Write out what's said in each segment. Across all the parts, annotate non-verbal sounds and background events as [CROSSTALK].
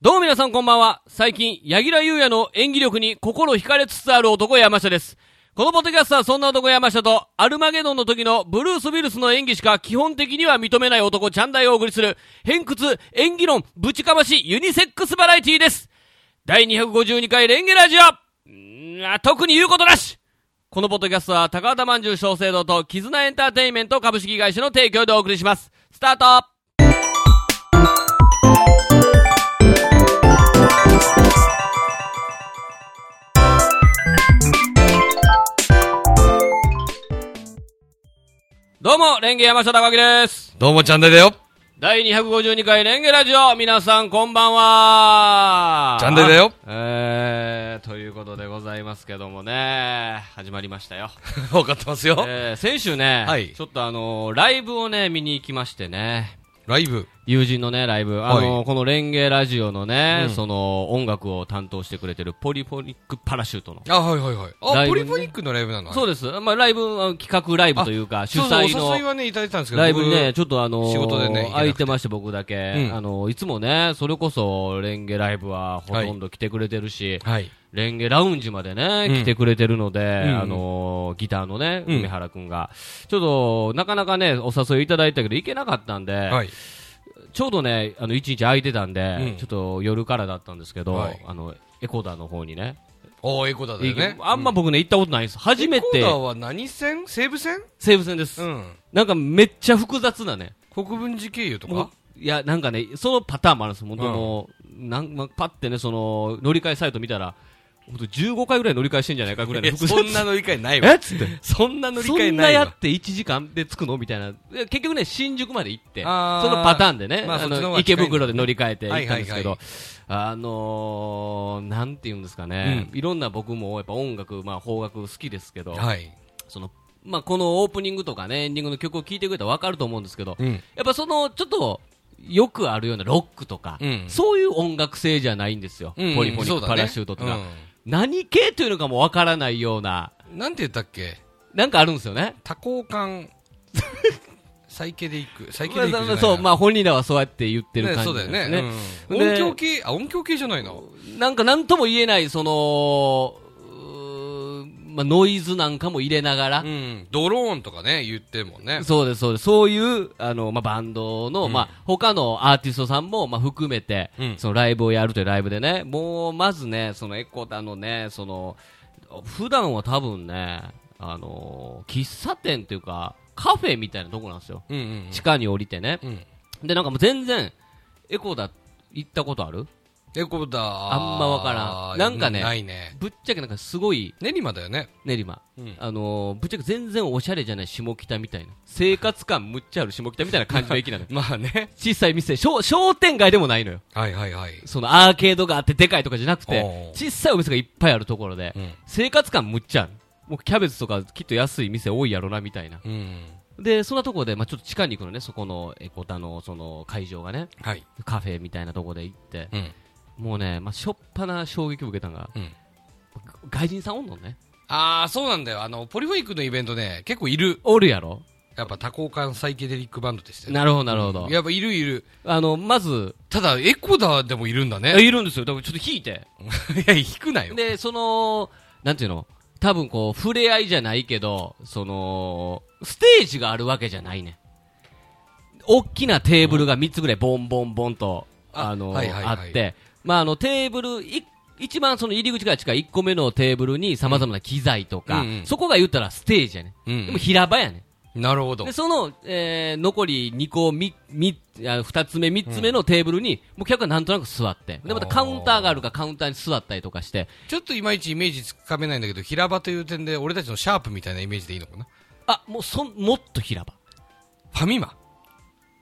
どうも皆さんこんばんは。最近、柳楽優弥の演技力に心惹かれつつある男山下です。このポッドキャストはそんな男山下と、アルマゲドンの時のブルース・ウィルスの演技しか基本的には認めない男チャンダイをお送りする、偏屈、演技論、ぶちかまし、ユニセックスバラエティーです。第252回レンゲラジオうーんあ特に言うことなしこのポッドキャストは高畑まんじゅう小生堂と絆エンターテインメント株式会社の提供でお送りします。スタートどうも、レンゲ山下隆明です。どうも、チャンダイだよ。第252回レンゲラジオ皆さんこんばんはチャンネルだよえー、ということでございますけどもね、始まりましたよ。 [LAUGHS] わかってますよ。えー、先週ね、はいちょっとあのーライブをね、見に行きましてね、ライブ。友人のね、ライブ、あのーはこのレンゲラジオのね、その音楽を担当してくれてるポリフォニックパラシュートの。あ、はいはいはい。あ、ライブポねリフォニックのライブなのそううです。まあ、ライブ、あの企画ライブというか、主催そうそうお誘いのはね、いただいてたんですけど。ライブにね、僕、ちょっとあのー仕事でね行けなくて空いてまして僕だけ、うんあのーいつもね、それこそレンゲライブはほとんど来てくれてるし、はい。レンゲラウンジまでね、うん来てくれてるので、んあのーギターのね、うん梅原くんが、ちょっと、なかなかね、お誘いいただいたけど、行けなかったんで、はい。ちょうどね、あの、一日空いてたんで、んちょっと夜からだったんですけど、はいあの、エコーダーの方にね、おー、エコダだよね行。けあんま僕ね、行ったことないんです。初めエてコダ、は何線西武線西武線です、うん。なんかめっちゃ複雑なね、国分寺経由ともうかいや、なんかね、そのパターンもあるんです。本当もう、なんまパってね、その、乗り換えサイト見たら、本当15回ぐらい乗り換えしてんじゃないかぐらいのえ複雑そんな乗り換えないわ。 [LAUGHS] えっつって。そんな乗りそ換えんなないやわっ。て1時間で着くのみたいな。結局ね、新宿まで行って、そあーのパターンでね、まああそっちの方の、が池近いんだ袋で乗り換えて行ったんですけどは、あのー、なんて言うんですかね、いろんな僕もやっぱ音楽、まあ邦楽好きですけど、はい。その、まあこのオープニングとかね、エンディングの曲を聴いてくれたらわかると思うんですけど、うん。やっぱその、ちょっと、よくあるようなロックとか、うんそういう音楽性じゃないんですよ。うんポリフォニッそうク、だパねラシュートとか、う何系というのかもわからないような、んなんて言ったっけなんかあるんですよね。多 [LAUGHS] 幸感。サイケデリック。サイケまあデリックじゃまあそないな。う、まあ本人らはそうやって言ってるね感そじうでだすよね。ね。うんで音響系あ、音響系じゃないのなんか何とも言えない、その、うーまあノイズなんかも入れながら、うん。ドローンとかね、言ってるもんね。そうです、そうです。そういう、あの、まあ、バンドの、まあ、他のアーティストさんも、まあ、含めて、うんそのライブをやるというライブでね、もう、まずね、そのエコダのね、その、普段は多分ね、あの、喫茶店というか、カフェみたいなとこなんですよ。うんうん地下に降りてね。うん。うん。で、なんかもう全然、エコダ行ったことあるエコダー。あんまわからんなんかねうないね。ぶっちゃけなんかすごい練馬だよね。練馬、うんあのーぶっちゃけ全然おしゃれじゃない下北みたいな生活感むっちゃある下北みたいな感じの駅なのよ [LAUGHS] まあね。小さい店商商店街でもないのよはいはいはい。そのアーケードがあってでかいとかじゃなくてお小ーさいお店がいっぱいあるところで、うん生活感むっちゃあるもうキャベツとかきっと安い店多いやろなみたいなうん。でそんなところで、まあ、ちょっと地下に行くのねそこのエコタのその会場がねはい。カフェみたいなところで行ってうん。もうね、まあ、しょっぱな衝撃を受けたのが、うん外人さんおんのねああ、そうなんだよ。あの、ポリフォニックのイベントね、結構いる。おるやろやっぱ多幸感サイケデリックバンドでしたね。なるほどなるほど、やっぱいるいる。あの、まず、ただ、エコダーでもいるんだ [LAUGHS] ね。いるんですよ。だからちょっと引いて。いや、引くなよ。で、その、なんていうの多分こう、触れ合いじゃないけど、その、ステージがあるわけじゃないねん。大きなテーブルが3つぐらいボンボンボンと、ああの、はいはいはいあって、まああの、テーブル、い一番その入り口から近い1個目のテーブルに様々な機材とか、うんうんそこが言ったらステージやね、うんうんん。でも平場やねん。なるほどで、。その、えー残り2個、み、み、あ2つ目、3つ目のテーブルに、もう客がなんとなく座って、で、またカウンターがあるからカウンターに座ったりとかして、ちょっといまいちイメージつかめないんだけど、平場という点で、俺たちのシャープみたいなイメージでいいのかなあ、もうそん、もっと平場。ファミマ。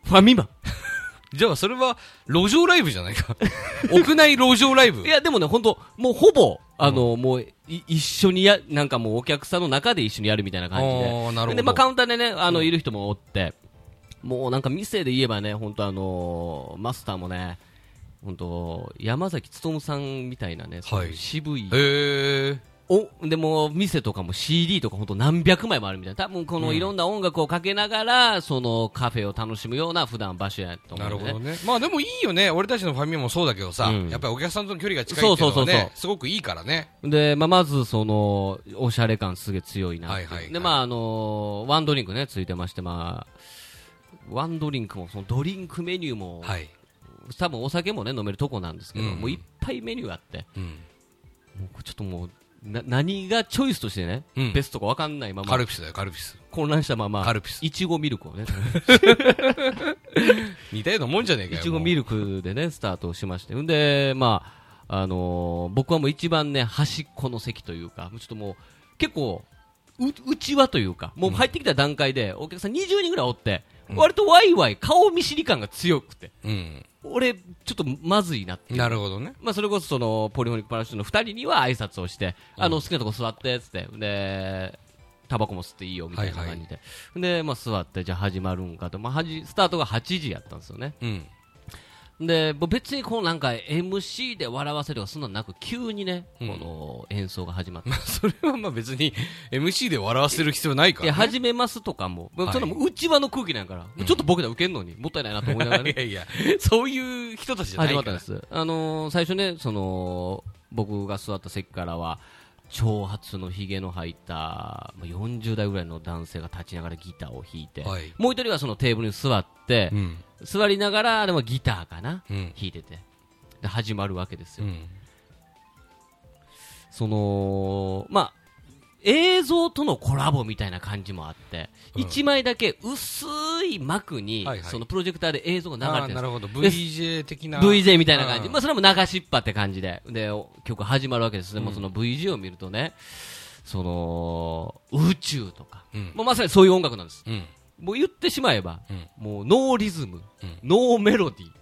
ファミマ。じゃあ、それは、路上ライブじゃない [LAUGHS] か。屋内路上ライブい。や、でもね、本当もうほぼ、あの、もう、い一緒にや、なんかもうお客さんの中で一緒にやるみたいな感じおで。ーなるほどで、まあカウンターでね、あの、いる人もおって、もうなんか店で言えばね、本当あのーマスターもね、本当山崎努さんみたいなね、そのはい渋いへえ。おでも店とかも CD とか本当何百枚もあるみたいな多分このいろんな音楽をかけながら、そのカフェを楽しむような普段場所やと思なうんるで、ね、ほどね。まあでもいいよね。俺たちのファミマもそうだけどさ、うんやっぱりお客さんとの距離が近いっていうのそうはそうそうそうね、すごくいいからね。で、まあ、まず、その、おしゃれ感すげえ強いなっていう。はいはいはいで、まあ、あのーワンドリンクね、ついてまして、まあ、ワンドリンクも、そのドリンクメニューも、はい。多分お酒もね、飲めるとこなんですけど、うんもういっぱいメニューあって、うん。もうちょっともう、な何がチョイスとしてね、うんベストか分かんないまカま、ルピスだよ、カルピス。混乱したままカ、ルピス。いちごミルクをね、似たようなもんじゃねえかいよ。ちごもミルクでね、スタートしまして、んで、まあ、あのー僕はもう一番ね、端っこの席というか、ちょっともう、結構、う、うちわというか、もう入ってきた段階で、お客さん20人ぐらいおって、割とワイワイ顔見知り感が強くて、う。うん。俺、ちょっとまずいなっていう。なるほどね。まあ、それこそそのポリフォニックパラシュートの2人には挨拶をして、あの好きなとこ座ってっつってでタバコも吸っていいよみたいな感じで、でまあ、座ってじゃあ始まるんかと、まあ、はじスタートが8時やったんですよねうん。でもう別にこうなんか MC で笑わせるとかそんなんなく急にね、うんこの演奏が始まってまあそれはまあ別に MC で笑わせる必要ないかいやらね。始めますとかも、はいそんなもうちわの空気なんやから、ちょっとボケたらウケんのにもったいないなと思いながら、ね [LAUGHS] い、やいや、そういう人たちじゃな始いまっかたんらで。す、あのー最初ねその僕が座った席からは長髪のひげの生えたまあ40代ぐらいの男性が立ちながらギターを弾いて、はいもう一人はそのテーブルに座って、うん。座りながらでもギターかな、うん。弾いててで始まるわけですうよ、ん。そのまあ映像とのコラボみたいな感じもあって、うん一枚だけ薄い幕に、はいはいそのプロジェクターで映像が流れてるあんあですなるほど。で VJ 的な。 VJ みたいな感じ、うんまあ、それも流しっぱって感じででお曲始まるわけですでもその VJ を見るとねその宇宙とか、うんもうまさにそういう音楽なんですうん。もう言ってしまえば、うんもうノーリズム、うんノーメロディーう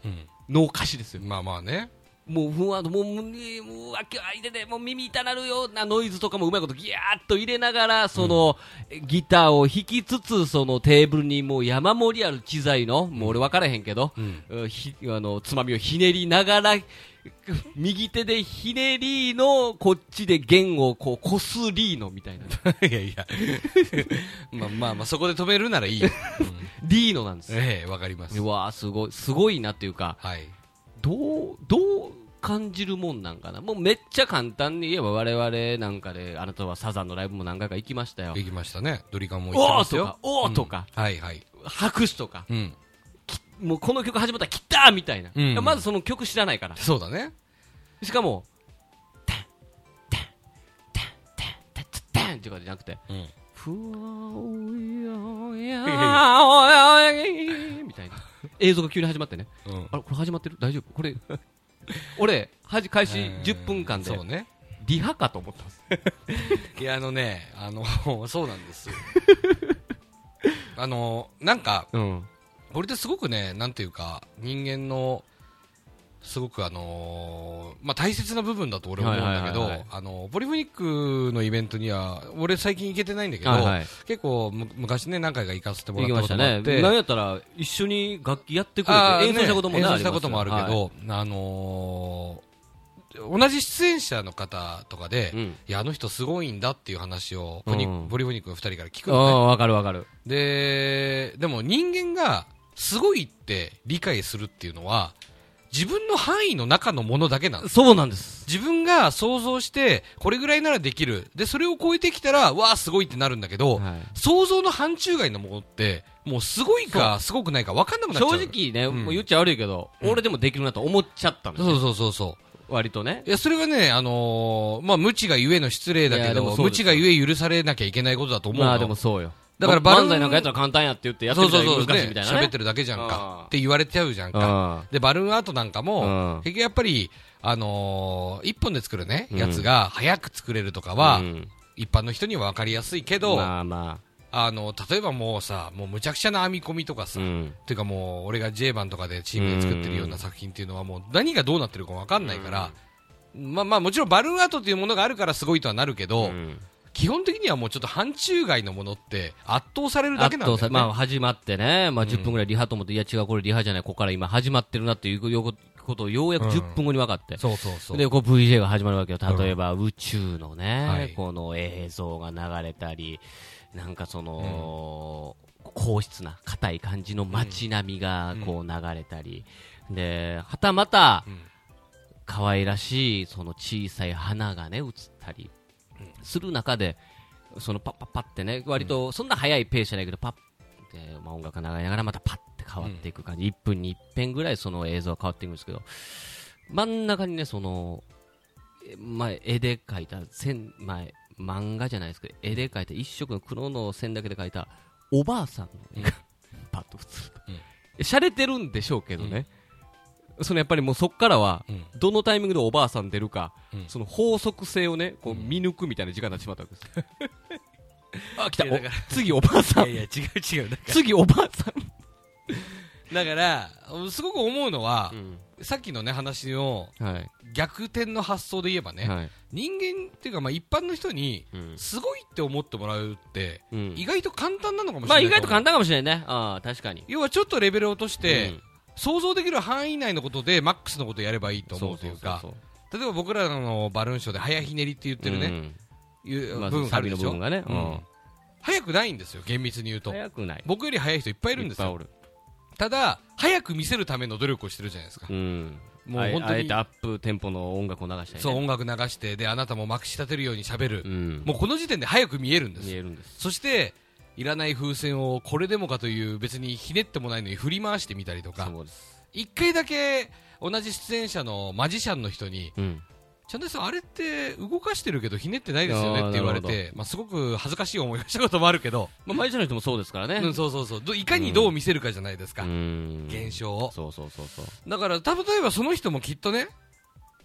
ノー歌詞ですよん。まあまあね。もうふわっともうもうもう脇を開いててもう耳痛なるようなノイズとかもうまいことギャーッと入れながらその、ギターを弾きつつそのテーブルにもう山盛りある機材のもう俺分からへんけど、うん。うんひあのつまみをひねりながら右手でひねりのこっちで弦をこうこすりのみたいな [LAUGHS] いやいや。まあまあまあ、そこで止めるなら [LAUGHS] いいよ。うんリーノなんですよええ、わかりますう。わーすごいすごいなっていうかはい。どうどう感じるもんなんかなもうめっちゃ簡単に言えば我々なんかであなたはサザンのライブも何回か行きましたよできましたね。ドリカンも行っておまーすとよか。おーとか、うんはいはい。拍手とかうん。もうこの曲始まったら来たーみたいな、うんいやまずその曲知らないからそうだね。しかもタンタンタンタンタンタンっていう感じじゃなくてうん。ふわややみたいな映像が急に始まってねうん。あれこれ始まってる大丈夫これ俺はじ開始10分間でそうね。リハかと思ったんですいや、あのね、あの、 [LAUGHS] そうなんで [LAUGHS] すよ。あの、なんか、うんこれってすごくね、なんていうか、人間の、すごくあのーまあ、大切な部分だと俺は思うんだはいはいけはいはどい、あの、ポリフォニックのイベントには、俺最近行けてないんだけど、はいはい結構む昔ね、何回か行かせてもら行っきたましたこともあねって、なんやったら一緒に楽器やってくれあてー演奏したこともね演奏したこともあるけりますよど、あのー同じ出演者の方とかで、はいうんいや、あの人すごいんだっていう話を、ポニうんポリフォニックの二人から聞くあのね。あ分かる分かるで、でも人間がすごいって理解するっていうのは、自分の範囲の中のものだけなんです。そうなんです自分が想像して、これぐらいならできる。で、それを超えてきたら、わあ、すごいってなるんだけど、はい想像の範疇外のものって、もうすごいか、すごくないか分かんなくなっちゃう。正直ね、うんもう言っちゃ悪いけど、俺でもできるなと思っちゃったんですそようそうそうそう。割とねいや、それがね、あのーまあ、無知がゆえの失礼だいけやでもど、そう無ですよ知がゆえ許されなきゃいけないことだと思うの。まあでもそうよだからバルーン漫才なんかやったら簡単やって言ってやってそうみたそらうそう、難しいねみたいなね喋ってるだけじゃんあかーって言われちゃうじゃんか。あで、バルーンアートなんかうんも、結局やっぱり、あのー一本で作るね、うんやつが早く作れるとかあは、うん一般の人には分かりやすいけど、まあまあの、例えばもうさ、もうむちゃくちゃな編み込みとかあ、さ、うん、っていうかもう、俺が J 版とかでチームで作ってるような作品っていうのは、もう何がどうなってるか分かんないから、まあまあもちろんバルーンアートっていうものがあるからすごいとはなるけど、うん基本的にはもうちょっと範疇外のものって圧倒されるだけ圧なん倒だよさね。まあ、始まってね、まあ、10分ぐらいリハと思って、いや違う、これリハじゃない、ここから今始まってるなっていうよことをようやくうん10分後に分かって、そうそうそう。でこう VJ が始まるわけよ、例えば宇宙のね、はいこの映像が流れたり、なんかその、硬質な、硬い感じの街並みがこう流れたり、ではたまた、うん可愛らしいその小さい花がね映ったりする中で、そのパッパッパってね、割とそんな速いペースじゃないけど、パッって、まあ、音楽が流れながらまたパッて変わっていく感じ、1分に1遍ぐらいその映像が変わっていくんですけど、真ん中にね、その、えまあ、絵で描いた線、まあ、漫画じゃないですけど、絵で描いた一色の黒の線だけで描いたおばあさんの絵が、パッと映るとうん。洒落てるんでしょうけどね。そのやっぱりもうそっからは、うんどのタイミングでおばあさん出るか、うんその法則性をね、こう見抜くみたいな時間になってしまったわけです。あ、来た。いおやだか次おばあさらん。 [LAUGHS] いやいや、違う違う。だか次おばあさん。ら、だからすごく思うのは、ん。さっきのね、話のはい。逆転の発想で言えばね、はい。人間っていうか、まあ一般の人に、うん。すごいって思ってもらうって、うん意外と簡単なのかもましれなあい。意外と簡単かもしれないね。ああ、確かに。要はちょっとレベルを落として、うん想像できる範囲内のことでマックスのことをやればいいと思うというかそそ例えば僕らのバルーンショーで早ひねりって言ってそうるね、。いううんまあ部分があサるビでのし部ょ、分がね。ううんん。早くないんですよ厳密に言うと早くない。僕より早い人いっぱいいるんですいっよぱいただ早く見せるための努力をしてるじゃないですかおる。うん。もうあえ本当にあえてアップテンポの音楽を流したりね。そう音楽流してであなたもまくし立てるように喋る、うん。もうこの時点で早く見えるんです見よえるんです。そしていらない風船をこれでもかという別にひねってもないのに振り回してみたりとかそうです。一回だけ同じ出演者のマジシャンの人にうん。チャンネルさん、あれって動かしてるけど、ひねってないですよねって言われあーなて、まあ、すごく恥ずかしい思いをしたこともある [LAUGHS] けど、まあ、毎日の人もそうですからね。うん、そうそうそうど、いかにどう見せるかじゃないですか、ん現象を。そうそうそうそう。だから、た例えばその人もきっとね、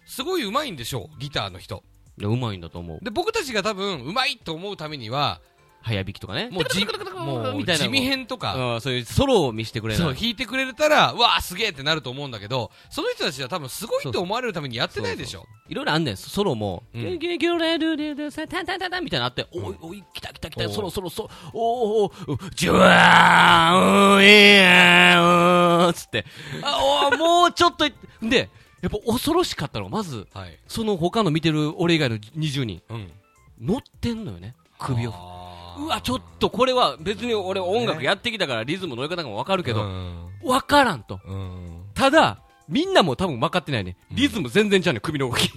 すごい上手いんでしょう、ギターの人。いや、うまいんだと思う。で、僕たちが多分、上手いと思うためには、早弾きとかね。もうじ、もう地味編とか、ああそういうソロを見せてくれない。そう、弾いてくれたら、うわあすげえってなると思うんだけど、その人たちは多分、すごいって思われるためにやってないでしょ。いろいろあんねん、ソロも。うんゲゲゲレルレルサタタタタみたいなのあって、おいおい、来た来た来た、おうそろそろそ、おーおー、ジュワーン、ういやー、うーつって、あおーもうちょっとい、で、やっぱ恐ろしかったのが、まず、はい。その他の見てる俺以外の20人、うん。乗ってんのよね、首を。あーうわ、ちょっとこれは別に俺音楽やってきたからリズムの乗り方もわかるけうど、んわからんと。うんただ、みんなも多分分かってないね。リズム全然ちゃうね、首の動き。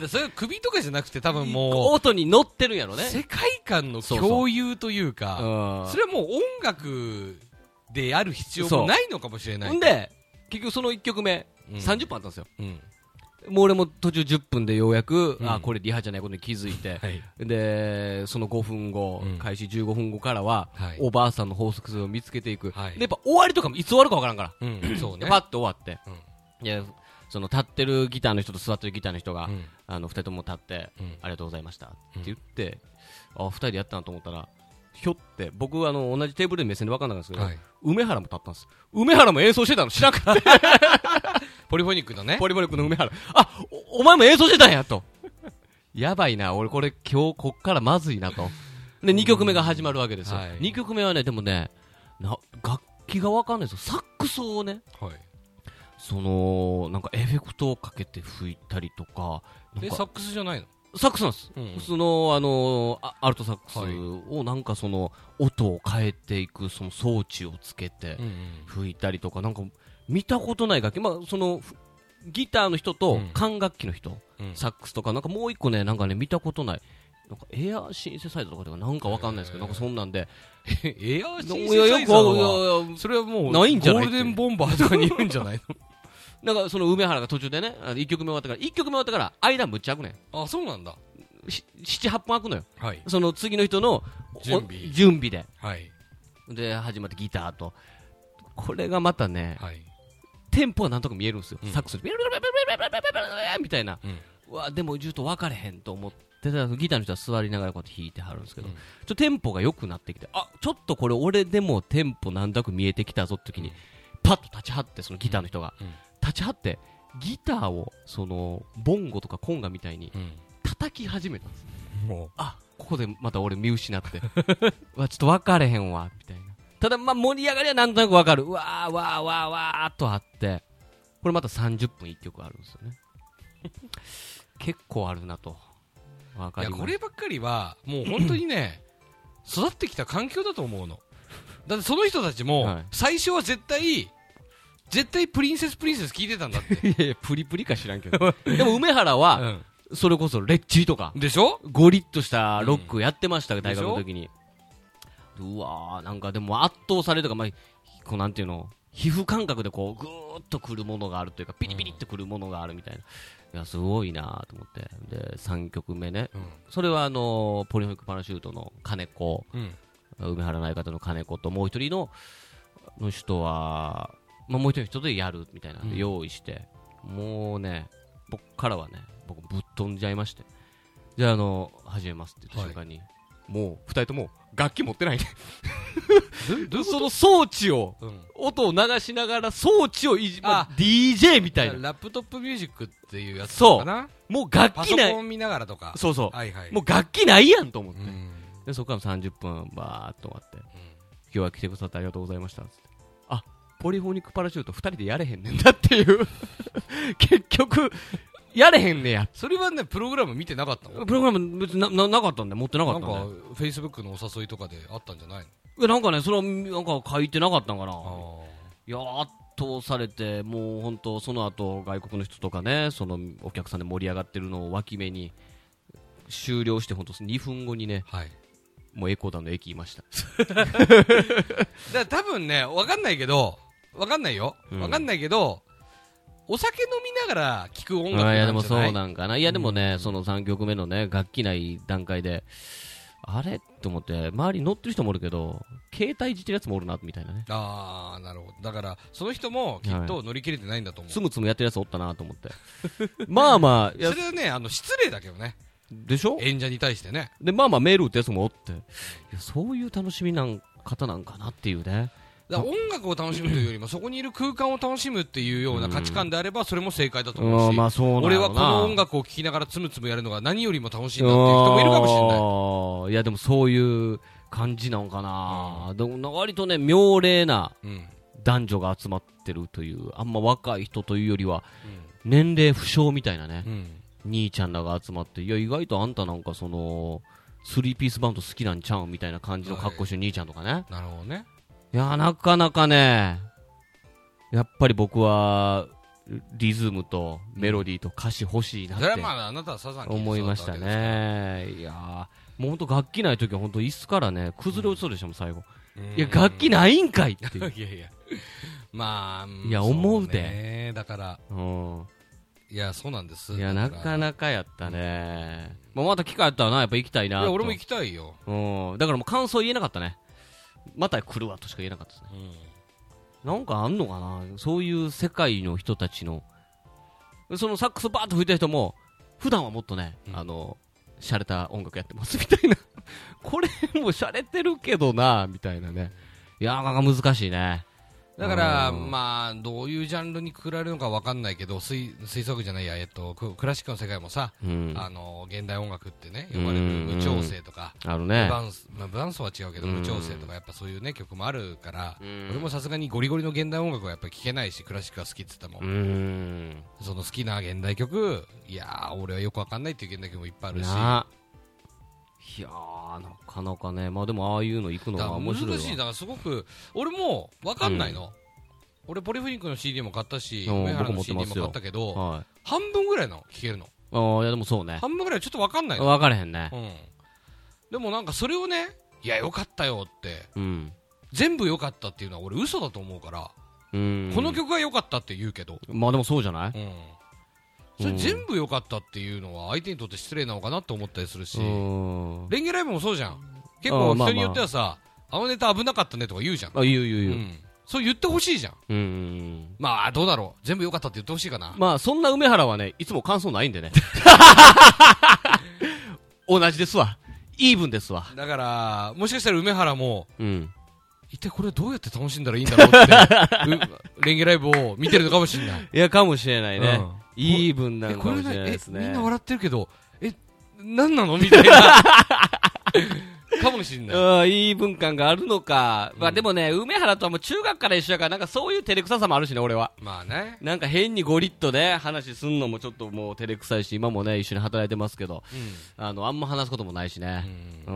でそれは首とかじゃなくて多分も音に乗ってるんやろう、ね。世界観のそうそう共有というか、うんそれはもう音楽である必要もないのかもしれなほんい。で、結局その1曲目、うん30分あったんですよ。うんもう俺も途中10分でようやく、うんあ、これリハじゃないことに気づいて、はいで、その5分後、うん開始15分後からは、はいおばあさんの法則性を見つけていく。はいで、やっぱ終わりとかもいつ終わるかわからんから。うんそうねで。パッと終わって。うんいや、その立ってるギターの人と座ってるギターの人が、うんあの、二人とも立って、うんありがとうございましたって言って、あ、二人でやったなと思ったら、ひょって、僕、あの、同じテーブルで目線で分かんなかったんですけど、はい梅原も立ったんです。梅原も演奏してたの知らんかった。ポリフォニックのね。ポリポリ君の梅原。あ、おお前も演奏してたんやと。やばいな、俺これ今日こっからまずいなと。で、2曲目が始まるわけですよ。はい2曲目はね、でもね、な、楽器が分かんないですよ。サックスをね、はいそのなんかエフェクトをかけて吹いたりとかなんえ、かサックスじゃないのサックスなんです、うんそのあのあアルトサックスはいをなんかその音を変えていくその装置をつけて吹いたりとかなんか見たことない楽器、まあ、そのふギターの人うとん管楽器の人、うんサックスとかなんかもう一個ねなんかね見たことないなんかエアシンセサイズとかとかなんかわかんないですけどなんかそんなんでエアーシいンやいやセサイザーよはくそれはもう、ないんじゃないゴールデンボンバーとかにいるんじゃないなんかその梅原が途中でねあの一曲目終わったから一曲目終わったから間むっちゃ空くねん [LAUGHS] のあ、そうなんだ。し78分空くのよはい。その次の人のお準備準備ではい。で始まってギターとこれがまたねはい。テンポはなんとか見えるんですよ、うんサックスでビルビルビルビルビルビルビルビルみたいな、うんうわでもちょっと分かれへんと思ってたらギターの人は座りながらこうやって弾いてはるんですけど、うんちょっとテンポが良くなってきてあちょっとこれ俺でもテンポなんとなく見えてきたぞって時に、うんパッと立ち張ってそのギターの人が、うん立ち張ってギターをそのボンゴとかコンガみたいに叩き始めたんですもあここでまた俺見失って [LAUGHS] うわちょっと分かれへんわみたいなただまあ盛り上がりはなんとなく分かるうわーわーわーわーっとあってこれまた30分1曲あるんですよ [LAUGHS] ね結構あるなとわいかりやますこればっかりはもう本当 [LAUGHS] にね育ってきた環境だと思うのだってその人たちはもい最初は絶対絶対プリンセスプリンセス聞いてたんだって、いやいやプリプリか知らんけど [LAUGHS] でも梅原は、それこそレッチリとかでしょゴリッとしたロックやってました、大学の時にうわーなんかでも圧倒されるとか、まあ、こうなんていうの皮膚感覚でこうぐーっとくるものがあるというかピリピリってくるものがあるみたいな、いやすごいなと思ってで3曲目ねうそれはあのーポリフェックパラシュートの金子ん、うん、梅原ない方の金子ともう一人のの人は、まあ、もう一人の人でやるみたいな、うん用意してもうね僕からはね僕ぶっ飛んじゃいましてじゃああの始めますって言った瞬間に、もう二人とも楽器持ってないね [LAUGHS] その装置をうん音を流しながら装置をいじ、まああ、 DJ みたいなラップトップミュージックっていうやつそうかなもう楽パ器ソなコいン見ながらとかそうそう、はいはいもう楽器ないやんと思って、うんでそこから30分バーっと終わって今日は来てくださってありがとうございましたつってあポリフォニックパラシュート2人でやれへんねんだっていう [LAUGHS] 結局やれへんねやそれはねプログラム見てなかったのプログラム別になななかったんで持ってなかなったんんかでなんかフェイスブックのお誘いとかであったんじゃないなんかねそれはなんか書いてなかったんかなのいや圧倒されてもう本当その後外国の人とかねそのお客さんで盛り上がってるのを脇目に終了して本当2分後にねはいもうエコーダンの駅いましただから多分ね、わかんないけど、わかんないよ。うんわかんないけど、お酒飲みながら聴く音楽あいやなでんもじゃそないうなんかないやでもね、その3曲目のね楽器ない段階であれと思って周りに乗ってる人もおるけど携帯いじってるやつもおるなみたいなねあー、なるほど。だから、その人もきっと乗り切れてないんだと思う。つむつむやってるやつおったなと思って [LAUGHS] まあまあいやそれはね、あの、失礼だけどね。でしょ演者に対してね。でまあまあメール打ったやつもおっていやそういう楽しみなん方なんかなっていうねだから音楽を楽しむというよりも、そこにいる空間を楽しむっていうような価値観であれば、それも正解だと思ううんし。まあそうなんや俺ろなはこの音楽を聴きながらつむつむやるのが何よりも楽しいんだっていう人もいるかもしれない。いいやでもそういう感じなんかな、でも割とね妙齢なうん。男女が集まってるというあんま若い人というよりは年齢不詳みたいなね、うん。兄ちゃんらが集まっていや意外とあんたなんかそのスリーピースバンド好きなんちゃうんみたいな感じの格好してる兄ちゃんとかね、なるほどね。い、やなかなかねやっぱり僕はリズムとメロディーと歌詞欲しいなっそれはてまあ、あなたはサザン聴いて思いました育ったわけですから。ねいやーもうほんと楽器ない時は本当椅子からね崩れ落ちそうでしたもん最後、うんいや楽器ないんかいって [LAUGHS] いう、いやいや、まあ、んいや思うでそねだから、うんいや、そうなんです。いや、なだからかなかやったね。まあ、また機会あったらな、やっぱ行きたいなと。いや、俺も行きたいよ。うん。だからもう感想言えなかったね。また来るわとしか言えなかったですね。なんかあんのかなそういう世界の人たちの。そのサックスバーッと吹いてる人も、普段はもっとね、うんあの、洒落た音楽やってますみたいな。 [LAUGHS] これも洒落てるけどな、みたいなね。いやー、なんか難しいね。だから、うんまあ、どういうジャンルにくくられるのかわかんないけど、吹吹奏楽じゃないや、えっと、ククラシックの世界もさ、うん。あの、現代音楽ってね、呼ばれる無調整とか、ある無ね。伴奏まあ、無伴奏は違うけど、うん無調整とか、やっぱそういうね、曲もあるから、うん俺もさすがにゴリゴリの現代音楽はやっぱり聴けないし、クラシックは好きって言ってもう、ん。その好きな現代曲、いやー、俺はよくわかんないっていう現代曲もいっぱいあるし、なあいやーなかなかねまあでもああいうの行くのだかはら面難白いわしい、だからすごく、俺も分かんないの、俺、ポリフェニックの CD も買ったし、うん梅原僕も持のって CD まもすよ買ったけど、はい、半分ぐらいの聞けるの、ああいやでもそうね半分ぐらいちょっと分かんないの、分かれへんねうん、でもなんかそれをね、いや、よかったよって、うん、全部良かったっていうのは、俺、嘘だと思うから、うん、この曲が良かったって言うけど、まあでもそうじゃないうん、それ全部良かったっていうのは、相手にとって失礼なのかなって思ったりするしう、んレンゲライブもそうじゃん、結あ構、ーまあまあ人によってはさ、あのネタ危なかったねとか言うじゃん、あ言う言うう言う、ん、そう言ってほしいじゃん。うんうんまあ、どうだろう。全部良かったって言ってほしいかな。まあそんな梅原はねいつも感想ないん [LAUGHS] でね同じですわイーブンですわだから、もしかしたら梅原も、うん一体これどうやって楽しんだらいいん [LAUGHS] だろうって、うレンゲライブを見てるのかもしれない。いやかもしれないね、うんイーブンなえ、のかこもれしれないねで、すえ、ね [LAUGHS] みんな笑ってるけど、え、なんなのみたいな。かもしれない。うんいい文化があるのか。まあでもね、梅原とはもう中学から一緒やから、なんかそういう照れくささもあるしね、俺は。まあね。なんか変にゴリッとね、話すんのもちょっともう照れくさいし、今もね、一緒に働いてますけど、あの、あんま話すこともないしね。う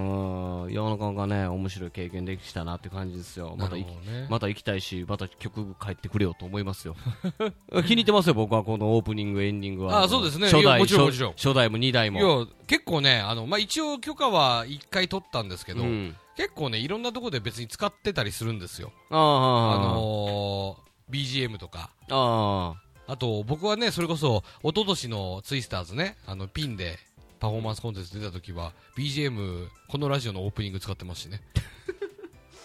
ん。いや、なかなかね、面白い経験できたなって感じですよ。また行きなるほどねまた行きたいし、また曲帰ってくれよと思いますよ。 [LAUGHS] 気に入ってますよ、僕はこのオープニング、エンディングは。あそうですね初いや代もちろん初もちろん初代も2代いも。や、結構ね、あの、まあ、一応許可は一回取ったんですけど、うん結構ね、いろんなとこで別に使ってたりするんですよ。ああ、ああののー、BGM とか。ああ。あと、僕はね、それこそ、一昨年のツイスターズね、あの、ピンでパフォーマンスコンテンツ出た時は、BGM、このラジオのオープニング使ってます [LAUGHS] しね。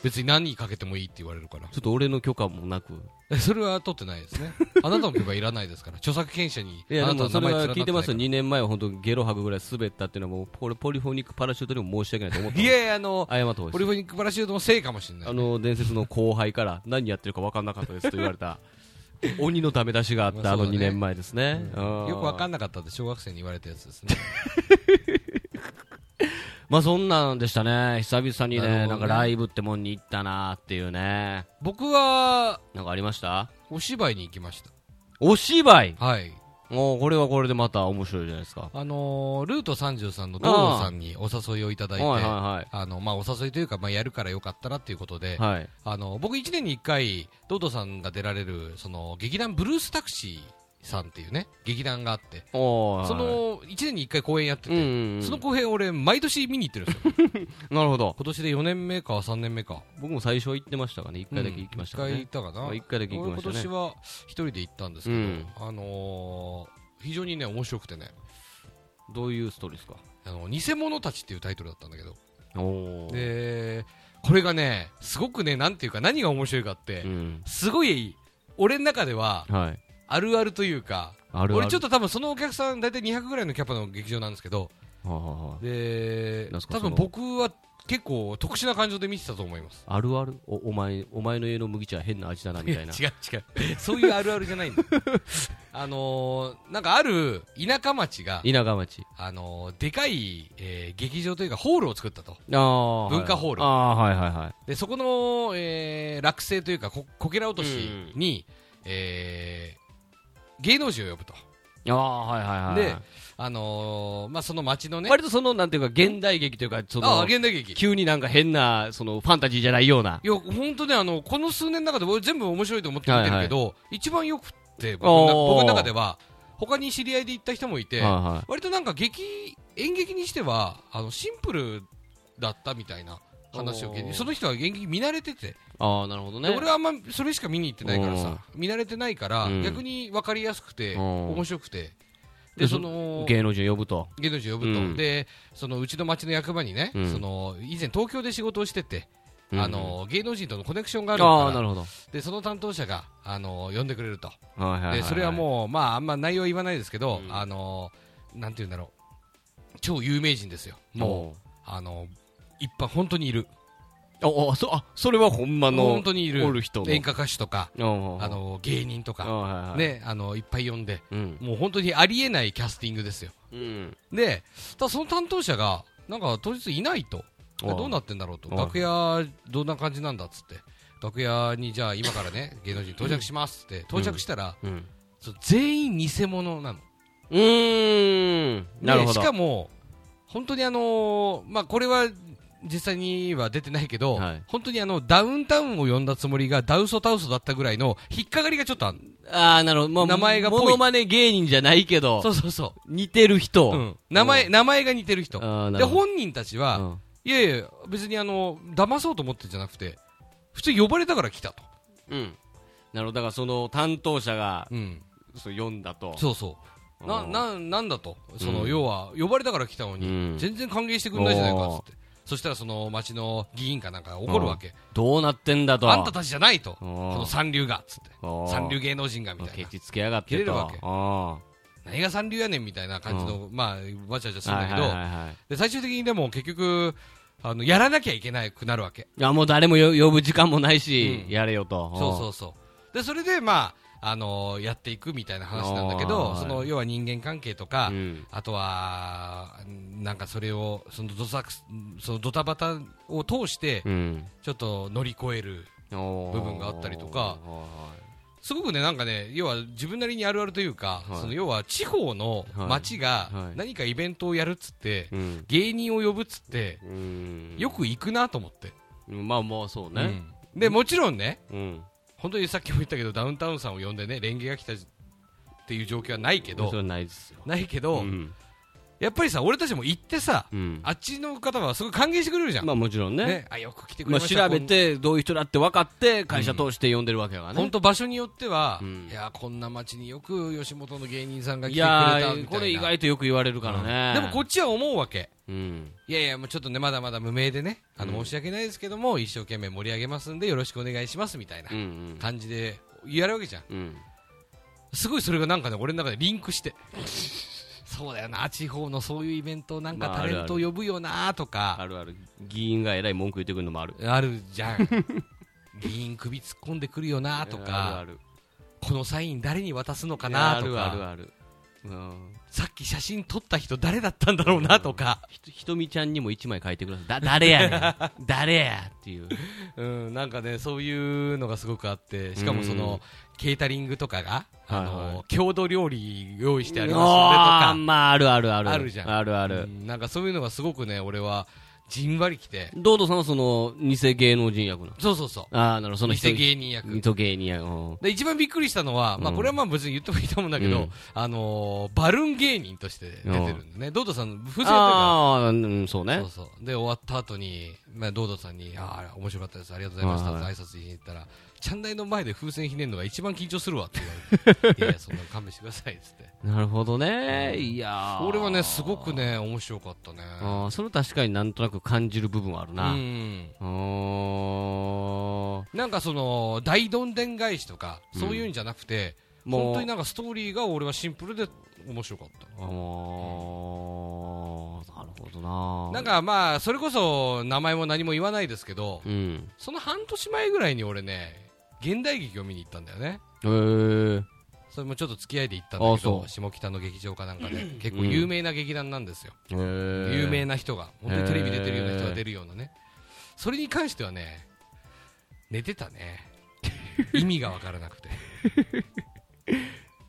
別に何かけてもいいって言われるからちょっと俺の許可もなく。え。それは取ってないですね。あなたの曲はいらないですから。著作権者に、いや、であなもたそのれ名前は連聞いなっててなまいすよ。2年前は本当ゲロ吐くぐらい滑ったっていうのはもうポリ、ポリフォニックパラシュートにも申し訳ないと思っていやいや、あの、謝った方がポいリいフォニックパラシュートのせいかもしれない。あの、伝説の後輩から何やってるか分かんなかったですと言われ [LAUGHS] た。鬼のダメ出しがあっまたああそうのだ2ね年前ですね。よくわかんんなかったって小学生に言われたやつ [LAUGHS] ですね。まあそんなんでしたね。久々になるほどね、ねなんかライブってもんに行ったなっていうね。僕は、なんかありましたお芝居に行きましお芝居た。はい。もうこれはこれでまた面白いじゃないですか。あのー、ルート33の道路さんにお誘いをいただいはいて、はいあはい。の、まあ、お誘いというか、まあ、やるからよかったなっていうことで、はい。あの、僕1年に1回、道路さんが出られる、その、劇団ブルースタクシーさんっていうね、劇団があって、おーはいその、1年に1回公演やってうんて、うんうんその公演俺、毎年見に行ってるんですよ。なるほど。今年で4年目か3年目か。僕も最初は行ってましたかね。一回だけ行きましたかうんね一。回行ったかまなあ一回だけ行きましたね俺今年は一人で行ったんですけど、うんあのー非常にね面白くてねどういうストーリーですかあの「偽物たち」っていうタイトルだったんだけどおーでこれがねすごくねなんていうか何が面白いかって、うん。すごい俺の中でははい。あるあるというかある俺ちょっと、と多分そのお客さん大体200ぐらいのキャパの劇場なんですけどはあはあはあでなんすか多分その僕は結構特殊な感情で見てたと思いますあるあるおお前お前の家の麦茶は変な味だなみたいな。 [LAUGHS] 違う違うそういうあるあるじゃない [LAUGHS] んだあのーなんかある田舎町が稲川町。あのーでかい、えー劇場というかホールを作ったとああ。文化ホールああ、はいはいはい。でそこの、えー落成というかここけら落としに、えー芸能人を呼ぶと、ああ、はいはいはい。で、あのーまあ、その町のね割とその、なんていうか、現代劇というか、そあの、現代劇い急になんか変な、その、ファンタジーじゃないような。や本当ねあのこの数年の中で俺全部面白いと思って見てるけど、一番よくって僕のおー僕の中では他に知り合いで行った人もいて、はいはい。割となんか劇演劇にしてはあのシンプルだったみたいな話を聞いおーてその人は演劇見慣れてて、ああ、なるほどね。で俺はあんまそれしか見に行ってないからさ見慣れてないから、うん逆に分かりやすくてうん面白くてででその芸能人呼ぶと。芸能人呼ぶと、うんでそのうちの町の役場にね、うんその以前東京で仕事をしてて、うんあの芸能人とのコネクションがあるああ、かならるほど。でその担当者があの呼んでくれるとはいはいいでそれはもう、まあ、あんま内容は言わないですけど、うんあのなんて言うんだろう超有名人ですよ、もうもあの一般本当にいる、う。ああ、そ、あ、それはほんまの。本当にいるおる人の。演歌歌手とか、ああ、の芸人あとか、あはいはい。。ね、あのいっぱい呼んで、うん。もう本当にありえないキャスティングですよ。うん。で、ただその担当者が、なんか当日いないと、でああどうなってんだろうと、ああ楽屋、どんな感じなんだっつって、楽屋にじゃあ、今からね、芸能人到着しますって、到着したら、うん。そう全員偽物なの。うーん。なるほど。でしかも、本当にあのーまあ、これは実際には出てないけど、はい本当にあのダウンタウンを呼んだつもりがダウソタウソだったぐらいの引っかかりがちょっとあるああ、なるほど。まあ、名前がぽいモノマネ芸人じゃないけど、うそうそ似てる人。ん、名前名前が似てる人あーなでるほど本人たちは、うんいやいや別にあの騙そうと思ってんじゃなくて普通呼ばれたから来たと、うん。なるほど。だからその担当者が、うん、そう読んだと。そうそうなうんななんだとその、うん要は呼ばれたから来たのに、うん全然歓迎してくれないじゃないかっつってそしたらその町の議員かなんかが怒るわけ、どうなってんだと。あんたたちじゃないと、こうんの三流が、つって。おー三流芸能人が、みたいケな。チつけやがってと。切れるわけあ何が三流やねん、みたいな感じの、まあ、わちゃわちゃすあ。るはんだいけはいど、はいはい。で最終的にでも結局、あの、やらなきゃいけなくなるわけ。いや、もう誰もよ呼ぶ時間もないし、うんやれよと。そうそうそう。で、それで、まあ、あのやっていくみたいな話なんだけど、あーその要は人間関係とか、うんあとは、なんかそれを、そのドサクスそのドタバタを通して、うんちょっと乗り越える、部部分があったりとかすごくね、なんかね、要は自分なりにあるあるというか、はいその要は地方の町はいがはい何かイベントをやるっつって、うん芸人を呼ぶっつって、うんよく行くなと思って。まあまあそうねうんで、もちろんね、うん本当にさっきも言ったけど、ダウンタウンさんを呼んでね、レンゲが来たっていう状況はないけそれど、はないですよないけど、うんやっぱりさ、俺たちも行ってさ、うんあっちの方はすごい歓迎してくれるじゃん。まあもちろんねね、あよく来てくまれあました調べてどういう人だって分かって会社通して呼んでるわけだからね本当場所によっては、うんいやこんな町によく吉本の芸人さんが来いてくれたみたやいなーこれ意外とよく言われるからねでもこっちは思うわけうんいやいやもうちょっとねまだまだ無名でねあの申し訳ないですけども、一生懸命盛り上げますんでよろしくお願いしますみたいなうんうん感じでやるわけじゃんうんすごいそれがなんかね俺の中でリンクして [LAUGHS] そうだよな地方のそういうイベントなんかまあタレントあるあ呼ぶよなとあかるある議員がえらい文句言ってくるのもあるあるじゃん [LAUGHS] 議員首突っ込んでくるよなとかあるこのサイン誰に渡すのあかるなとかいやあるあるあるうんさっき写真撮った人誰だったんだろうなとか、ひとひとみちゃんにも一枚書いてくださいだ誰やね [LAUGHS] ん誰やっていううん、なんかね、そういうのがすごくあって、しかもその、ケータリングとかが、あの、はいはい郷土料理用意してありあますーんでまああるあるあるあるじゃんあるあとか、うる、んなんかそういうのがすごくね、俺は、じんわりきて、堂々さんはその偽芸能人役のそうそうそ、ああなるほどそうの人偽芸人役。偽芸人役うんで一番びっくりしたのは、まあ、うんこれはまあ別に言ってもいいと思うんだけうど、んあのーバルーン芸人として出てるんでね、ドードさん、風船やってるから、ああうんそうねそうそう。で、終わった後に、まあ、堂々さんに、ああ、面白かったです。ありがとうございました。はいって挨拶しに行ったら、ちゃん台の前で風船ひねるのが一番緊張するわって言わ [LAUGHS] れて、いやいや、そんなの勘弁してくださいっつって。なるほどねいやー俺はね、すごくね、面白かったね。あーそれ確かになんとなく感じる部分はあるうな、ん。あーなんかその、大どんでん返しとか、そういうんじゃなくて、も本う当になんかストーリーが俺はシンプルで面白かった。あーなるほどななんかまあ、それこそ、名前も何も言わないですけど、うんその半年前ぐらいに俺ね、現代劇を見に行ったんだよね。へえそれもちょっと付き合いで行ったんだあけそどう下北の劇場かなんかで結構有名な劇団なんですよ、有有名な人が本当にテレビ出てるような人が出るようなねそれに関してはね寝てた [LAUGHS] ね意味が分からなくて、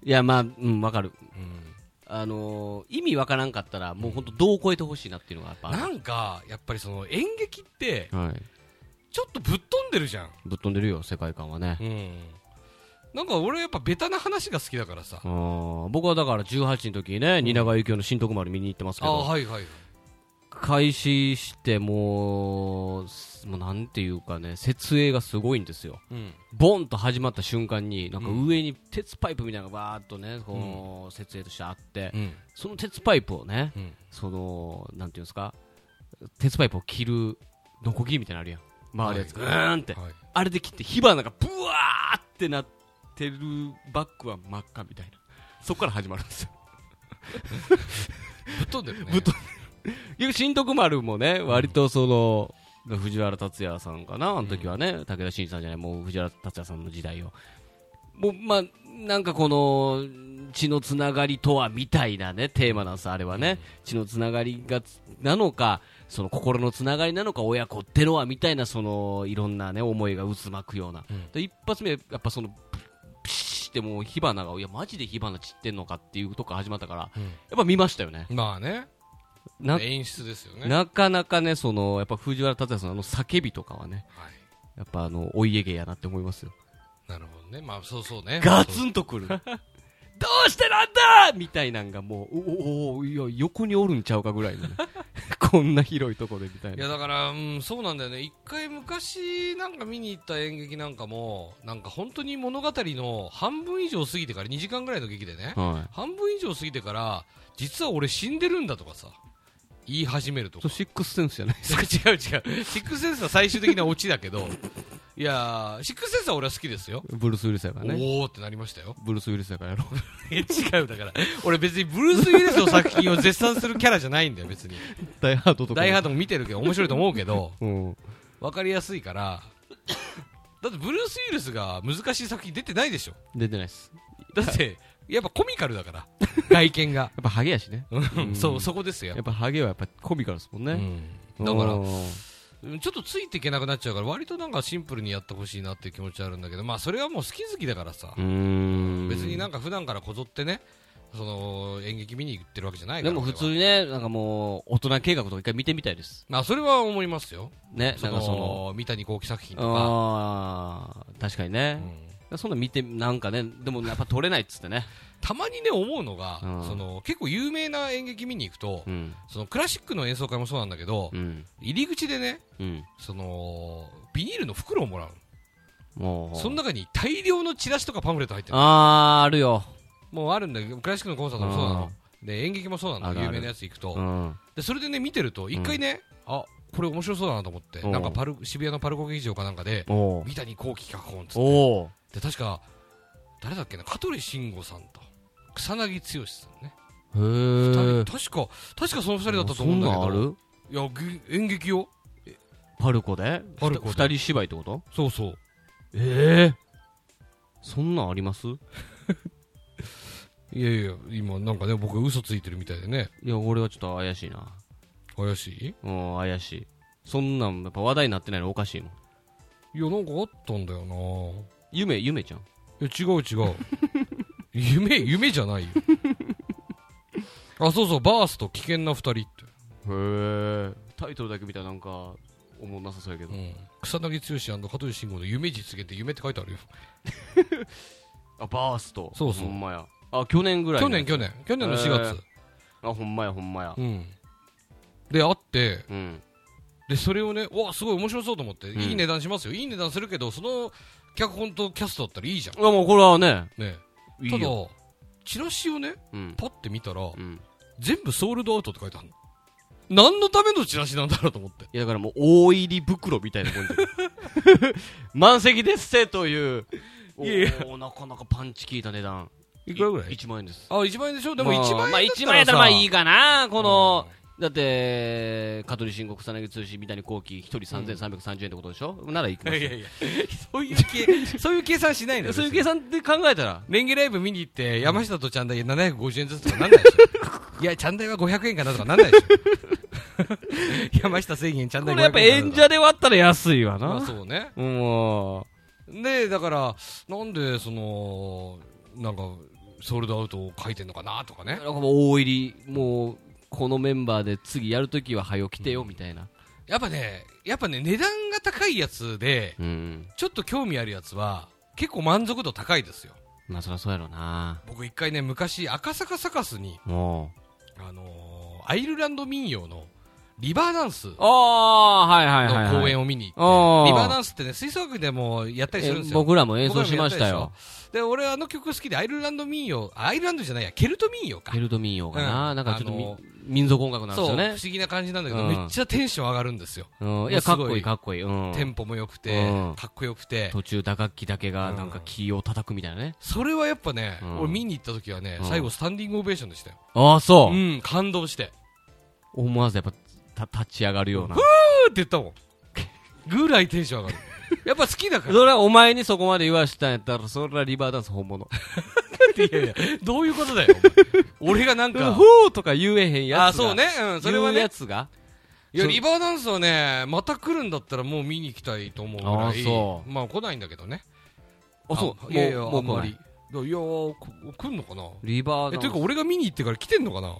いやまあうんわかるうんあのー、意味わからんかったらもう本当どう超えてほしいなっていうのがやっぱなんかやっぱりその演劇ってはいちょっとぶっ飛んでるじゃん、ぶっ飛んでるよ世界観はねうん、なんか俺やっぱベタな話が好きだからさあー僕はだから18の時にね、蜷川幸雄の新徳丸見に行ってますけあどはいはい開始してもうすもうなんていうかね設営がすごいんですようんボンと始まった瞬間になんかうん上に鉄パイプみたいなのがバーっとねこう設営としてあって、うんその鉄パイプをねうんそのなんていうんですか鉄パイプを切るノコギリみたいなのあるやん回るやつはグいーンってはいあれで切って火花がブワーってなってるバックは真っ赤みたいなそこから始まるんですよぶっ飛んでるねぶっ飛結局新徳丸もね割とその、藤原竜也さんかなあの時はね、武田真治さんじゃないもう藤原竜也さんの時代をもうまあなんかこの血のつながりとはみたいなねテーマなんですあれはね、血のつながりがつなのかその心のつながりなのか親子ってのはみたいなそのいろんなね思いが渦巻くような、うんで一発目やっぱそのピシッってもう火花がいやマジで火花散ってんのかっていうとこから始まったから、うんやっぱ見ましたよねまあねな演出ですよねなかなかね、そのやっぱ藤原竜也さんのあの叫びとかはね、はいやっぱあのお家芸やなって思いますよ。なるほどね。まあ、そうそうね。ガツンとくる。 [LAUGHS] どうしてなんだみたいなんがもう、おおおいや、横におるんちゃうかぐらいのね、 [LAUGHS] こんな広いとこでみたいいや、な。だから、うん、そうなんだよね。一回昔なんか見に行った演劇なんかも、なんか本当に物語の半分以上過ぎてから、2時間ぐらいの劇でね、は半分以上過ぎてから、実は俺死んでるんだとかさ、言い始めるとい。そかう、。シックスセンスじゃない [LAUGHS] 違う違う。シックスセンスは最終的なオチだけど、いやー、シックスセンスは俺は好きですよ。ブルース・ウィルスやからね。おーってなりましたよ。ブルース・ウィルスやからやろ。え [LAUGHS] 違う、だから。俺別にブルース・ウィルスの作品を絶賛するキャラじゃないんだよ、別に。 [LAUGHS] ダイハードとか。ダイハーードも見てるけど、面白いと思うけど、ド。うん。わかりやすいからだってブルース・ウィルスが難しい作品出てないでしょ出てないです。だってやっぱコミカルだから外見がやっぱハゲやしね。うんそうそこですよやっぱハゲはやっぱコミカルですもんね。うんだからうんうんちょっとついていけなくなっちゃうから割となんかシンプルにやってほしいなっていう気持ちはあるんだけどまあそれはもう好き好きだからさうーん別になんか普段からこぞってねその演劇見に行ってるわけじゃないかでらも普通俺はにねなんかもう大人計画とか一回見てみたいですまあそれは思いますよねそなんかそのの三谷幸喜作品とかあー確かにね、そんな見てなんかねでもやっぱ撮れないっつってね、たまにね思うのがうんその結構有名な演劇見に行くとうんそのクラシックの演奏会もそうなんだけどうん入り口でねうん、そのビニールの袋をもらうもうその中に大量のチラシとかパンフレット入ってるあーあるよ、もうあるんだけどクラシックのコンサートもそうなので演劇もそうなあのるある有名なやつ行くとうん、でそれでね見てると一回ねあこれ面白そうだなと思ってうんなんかパル渋谷のパルコ劇場かなんかでお三谷幸喜脚本っつおっおてで確か誰だっけな香取慎吾さんと草薙剛さんねへえ二人確か確かその二人だったと思うんだけそんなんあどるいやぎ演劇よパルコでパルコでふた二人芝居ってことそうそうええそんなんありますいいやいや今なんかね僕嘘ついてるみたいでねや俺はちょっと怪しいな怪しいうん怪しいそんなんやっぱ話題になってないのおかしいもんいやなんかあったんだよな夢夢ちゃんいや違う違 [LAUGHS] う夢夢じゃないよあそうそうバースと危険な二人って、へえタイトルだけ見たらなんか思んなさそうやけど、うん、草薙剛香取慎吾の夢実現って夢って書いてあるよあバーストそうそうほんまやあ去年ぐらい去の年去年去年の4月、あほんまやほんまやうんで会ってうんでそれをねうわすごい面白そうと思って、うんいい値段しますよいい値段するけどその脚本とキャストだったらいいじゃんあもうこれはねねいいただよチラシをねうんパッて見たらうん全部ソールドアウトって書いてあるの何のためのチラシなんだろうと思っていやだからもう大入り袋みたいなもんで [LAUGHS] 満席ですせというおいやいやーなかなかパンチ効いた値段いくらぐらい1万円ですあ1万円でしょでも1万円だまったらさ、あ1万円やったらまあいいかなこの、うだって香取慎吾草薙剛三谷幸喜一人3330円ってことでしょ、ならいきまんすいよやいやそういう計そういう計算しないのよそういう計算で考えたら、別にレンゲライブ見に行って山下とちゃんだい750円ずつとかなんないでし [LAUGHS] ょいやちゃんだいは500円かなとかなんないでしょ山下1000円ちゃんだこれい500やっぱ演円かなとか者で割ったら安いわな。まあそうねもでだからなんでそのなんかソールドアウトを書いてんのかなとかう、なんねかもう大入り、もう、このメンバーで次やるときは早起きてよ、みたいな。やっぱねやっぱね値段が高いやつでうん。ちょっと興味あるやつは結構満足度高いですよまあそりゃそうやろうな。僕一回ね昔赤坂サカスにもあのーアイルランド民謡のリバーダンスのう。ああー、はいはいはい、はい。公演を見に行って、あーリバーダンスってね吹奏楽でもやったりするんですえよ僕らも演奏しました僕らもやよっ。で俺あの曲好きでアイルランド民謡あアイルランドじゃないやケルト民謡かケルト民謡かな、うんなんかちょっとみ、あの民族音楽なんですそよう不ね思。議な感じなんだけど、うんめっちゃテンション上がるんですよ、うん、いや、すかごいっこいいかっこいい。うん。テンポも良くて、うんかっこよくて途中打楽器だけがなんかうんキーを叩くみたいなね。それはやっぱね、うん俺見に行った時はね、うん最後スタンディングオベーションでしたよ、ああ、そうう、ん、感動して思わずやっぱた立ち上がるような。うーって言ったもんぐらいテンション上がるやっぱ好き [LAUGHS] だからそれはお前にそこまで言わしたんやったら、それはリバーダンス本物。いやいや、 [LAUGHS] どういうことだよ。お前俺が [LAUGHS] なんか。ほーとか言えへんやつが。あ、そうね。うん、それは言うやね。つが。いや、リバーダンスはね、また来るんだったらもう見に行きたいと思うぐらあい。そうまあ来ないんだけどね。あ、そう。いやいや、もあう、んもうま来り。いない。や、いやこ来んのかなリバーえ、ダンとス。いうか俺が見に行ってから来てんのかな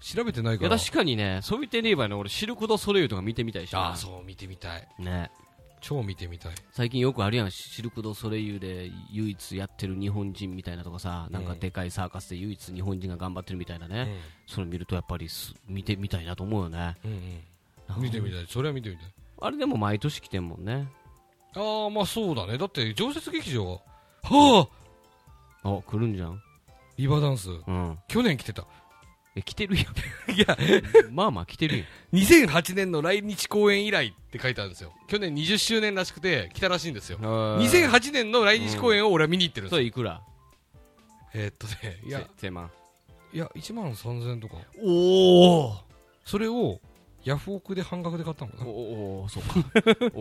調べてないいかや、ら。確かにね、そう言ってねえばね、俺、シルク・ド・ソレイユとか見てみたいしな。あ、そう、見てみたい。ね。超見てみたい。最近よくあるやん、シルク・ド・ソレイユで唯一やってる日本人みたいなとかさ、なんかでかいサーカスで唯一日本人が頑張ってるみたいなね。それ見るとやっぱりす、見てみたいなと思うよね。うんうん。見てみたい。それは見てみたい。あれでも毎年来てんもんね。ああ、まあそうだね。だって、常設劇場は、はああ、来るんじゃん。リバーダンス、うん。去年来てた。え、来てるやん。 [LAUGHS] いや、 [LAUGHS] まあまあ来てるやん。 2008年の来日公演以来って書いてあるんですよ去年20周年らしくて来たらしいんですよ2008 2008年の来日公演を俺は見に行ってるんですそよ、れいくらえーっとねいやせ千万いや1万3000とかおおそれをヤフオクで半額で買ったのかおなおおそうか [LAUGHS] お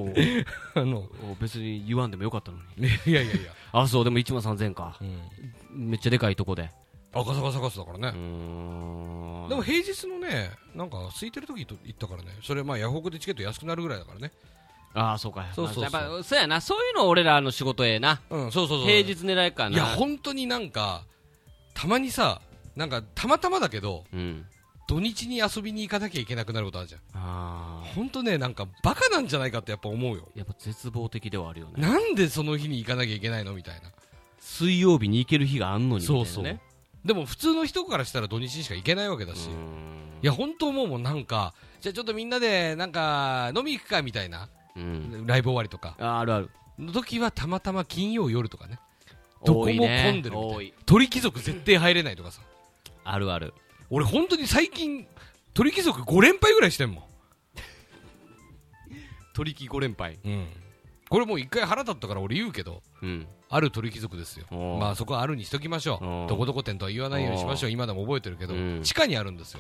ー [LAUGHS] あのお別に言わんでもよかったのにいやいやいや、あそうでも1万3000円かめっちゃでかいとこで赤坂サカスだからねう、ーんでも平日のね、なんか空いてる時と行ったからね、それまあヤフオクでチケット安くなるぐらいだからね。ああそうかそうそうそうまあやっぱそうやなそういうの俺らの仕事ええなうん、そうそうそう。平日狙いかないや、本当になんか、たまにさ、なんかたまたまだけど、うん土日に遊びに行かなきゃいけなくなることあるじゃん。あ本当ね、なんかバカなんじゃないかってやっぱ思うよ。あやっぱ絶望的ではあるよねなんでその日に行かなきゃいけないのみたいな。水曜日に行ける日があんのにみたいなねそうそうでも普通の人からしたら土日にしか行けないわけだし。うーいんや、本当思うもん、なんか、じゃあちょっとみんなで、なんか、飲み行くかみたいな、うんライブ終わりとか。ああるあるの時はたまたま金曜夜とかねどこも混んでるみたいな多い鳥貴族絶対入れないとかさあるある俺本当に最近鳥貴族5連敗ぐらいしてんもん、取引5連敗これもう一回腹立ったから俺言うけどうんある鳥貴族ですよおうまあそこはあるにしときましょおううどこどこ店とは言わないようにしましょう今でも覚えてるけど、うん地下にあるんですよ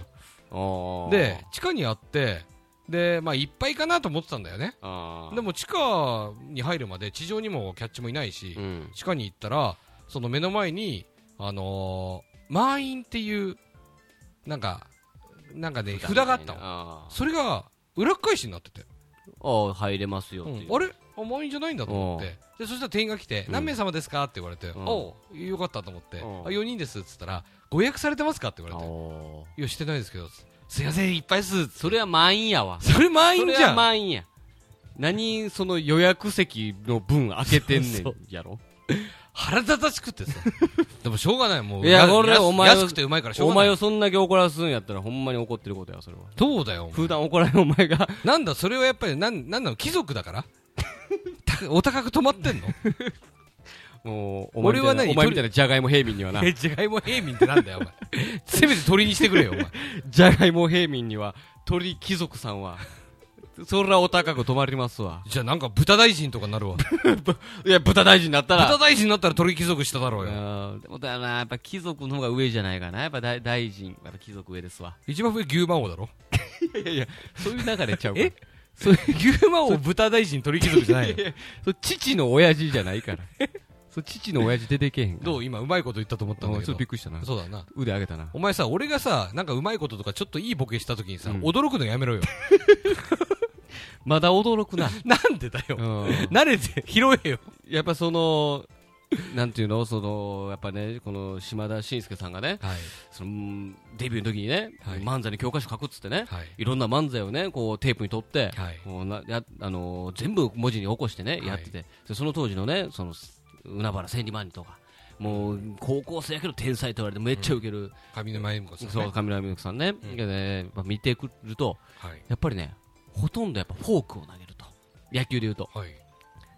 ああで地下にあってでまあいっぱいかなと思ってたんだよねああでも地下に入るまで地上にもキャッチもいないし、うん地下に行ったらその目の前にあのー、満員っていうなんかなんかね札があったのあそれが裏返しになってて、あああ入れますよっていううんあれあ満員じゃないんだと思ってでそしたら店員が来て、うん何名様ですかって言われて、うんおうよかったと思って、うんあ4人ですっつったらご予約されてますかって言われてああいやしてないですけどすいませんいっぱいっすそれは満員やわそれ満そ員れじゃはん満員や何その予約席の分開けてんねんそうや [LAUGHS] ろ腹立たし [LAUGHS] くってさでもしょうがないもういや安これお前を安くてうまいからしょおうがない前をそんだけ怒らすんやったらほんまに怒ってることやそれはそうだよお前 [LAUGHS] 普段怒らないお前がなんだ、それはやっぱり、なん、なんなの、貴族だから [LAUGHS] たお高く止まってんのもうお前俺みたはいな何お前みたいなじゃがいも平民にはなえ、違いも平民ってなんだよ、お前。せめて鳥にしてくれよ、 [LAUGHS] お前。じゃがいも平民には鳥貴族さんはそらお高く止まりますわじゃあなんか豚大臣とかになるわ。いや豚大臣になったら豚大臣になったら鳥貴族しただろうよ。うんでもだよなやっぱ貴族の方が上じゃないかなやっぱ大大臣やっぱ貴族上ですわ一番上牛魔 [LAUGHS] 王だろいやいやいやそういう流れちゃうえ牛魔王、豚大臣、鳥貴族じゃないよ。そう父の親父じゃない [LAUGHS] からそう父の親父出てけへんからどう今、うまいこと言ったと思ったんうだんけちょっとどびっ。くりしたなそうだな。腕上げたなお前さ、俺がさ、なんかうまいこととかちょっといいボケした時にさ、うん驚くのやめろよ。まだ驚 [LAUGHS] くな、なんでだよ。うん慣れて、拾えよ。やっぱそのなんていうのそのやっぱねこの島田紳介さんがねはい。そのうんデビューの時にね、はい漫才の教科書書くっつってね、はい。いろんな漫才をねこうテープに取って、はい。こうなやあのー全部文字に起こしてね、はいやっててでその当時のねその海原千里万里とかもう高校生やけど天才と言われてめっちゃウケる、上沼恵美子さんね。そう上村美幸さんね,うんでね、まあ、見てくるとはい。やっぱりねほとんどやっぱフォークを投げると野球でいうとはい。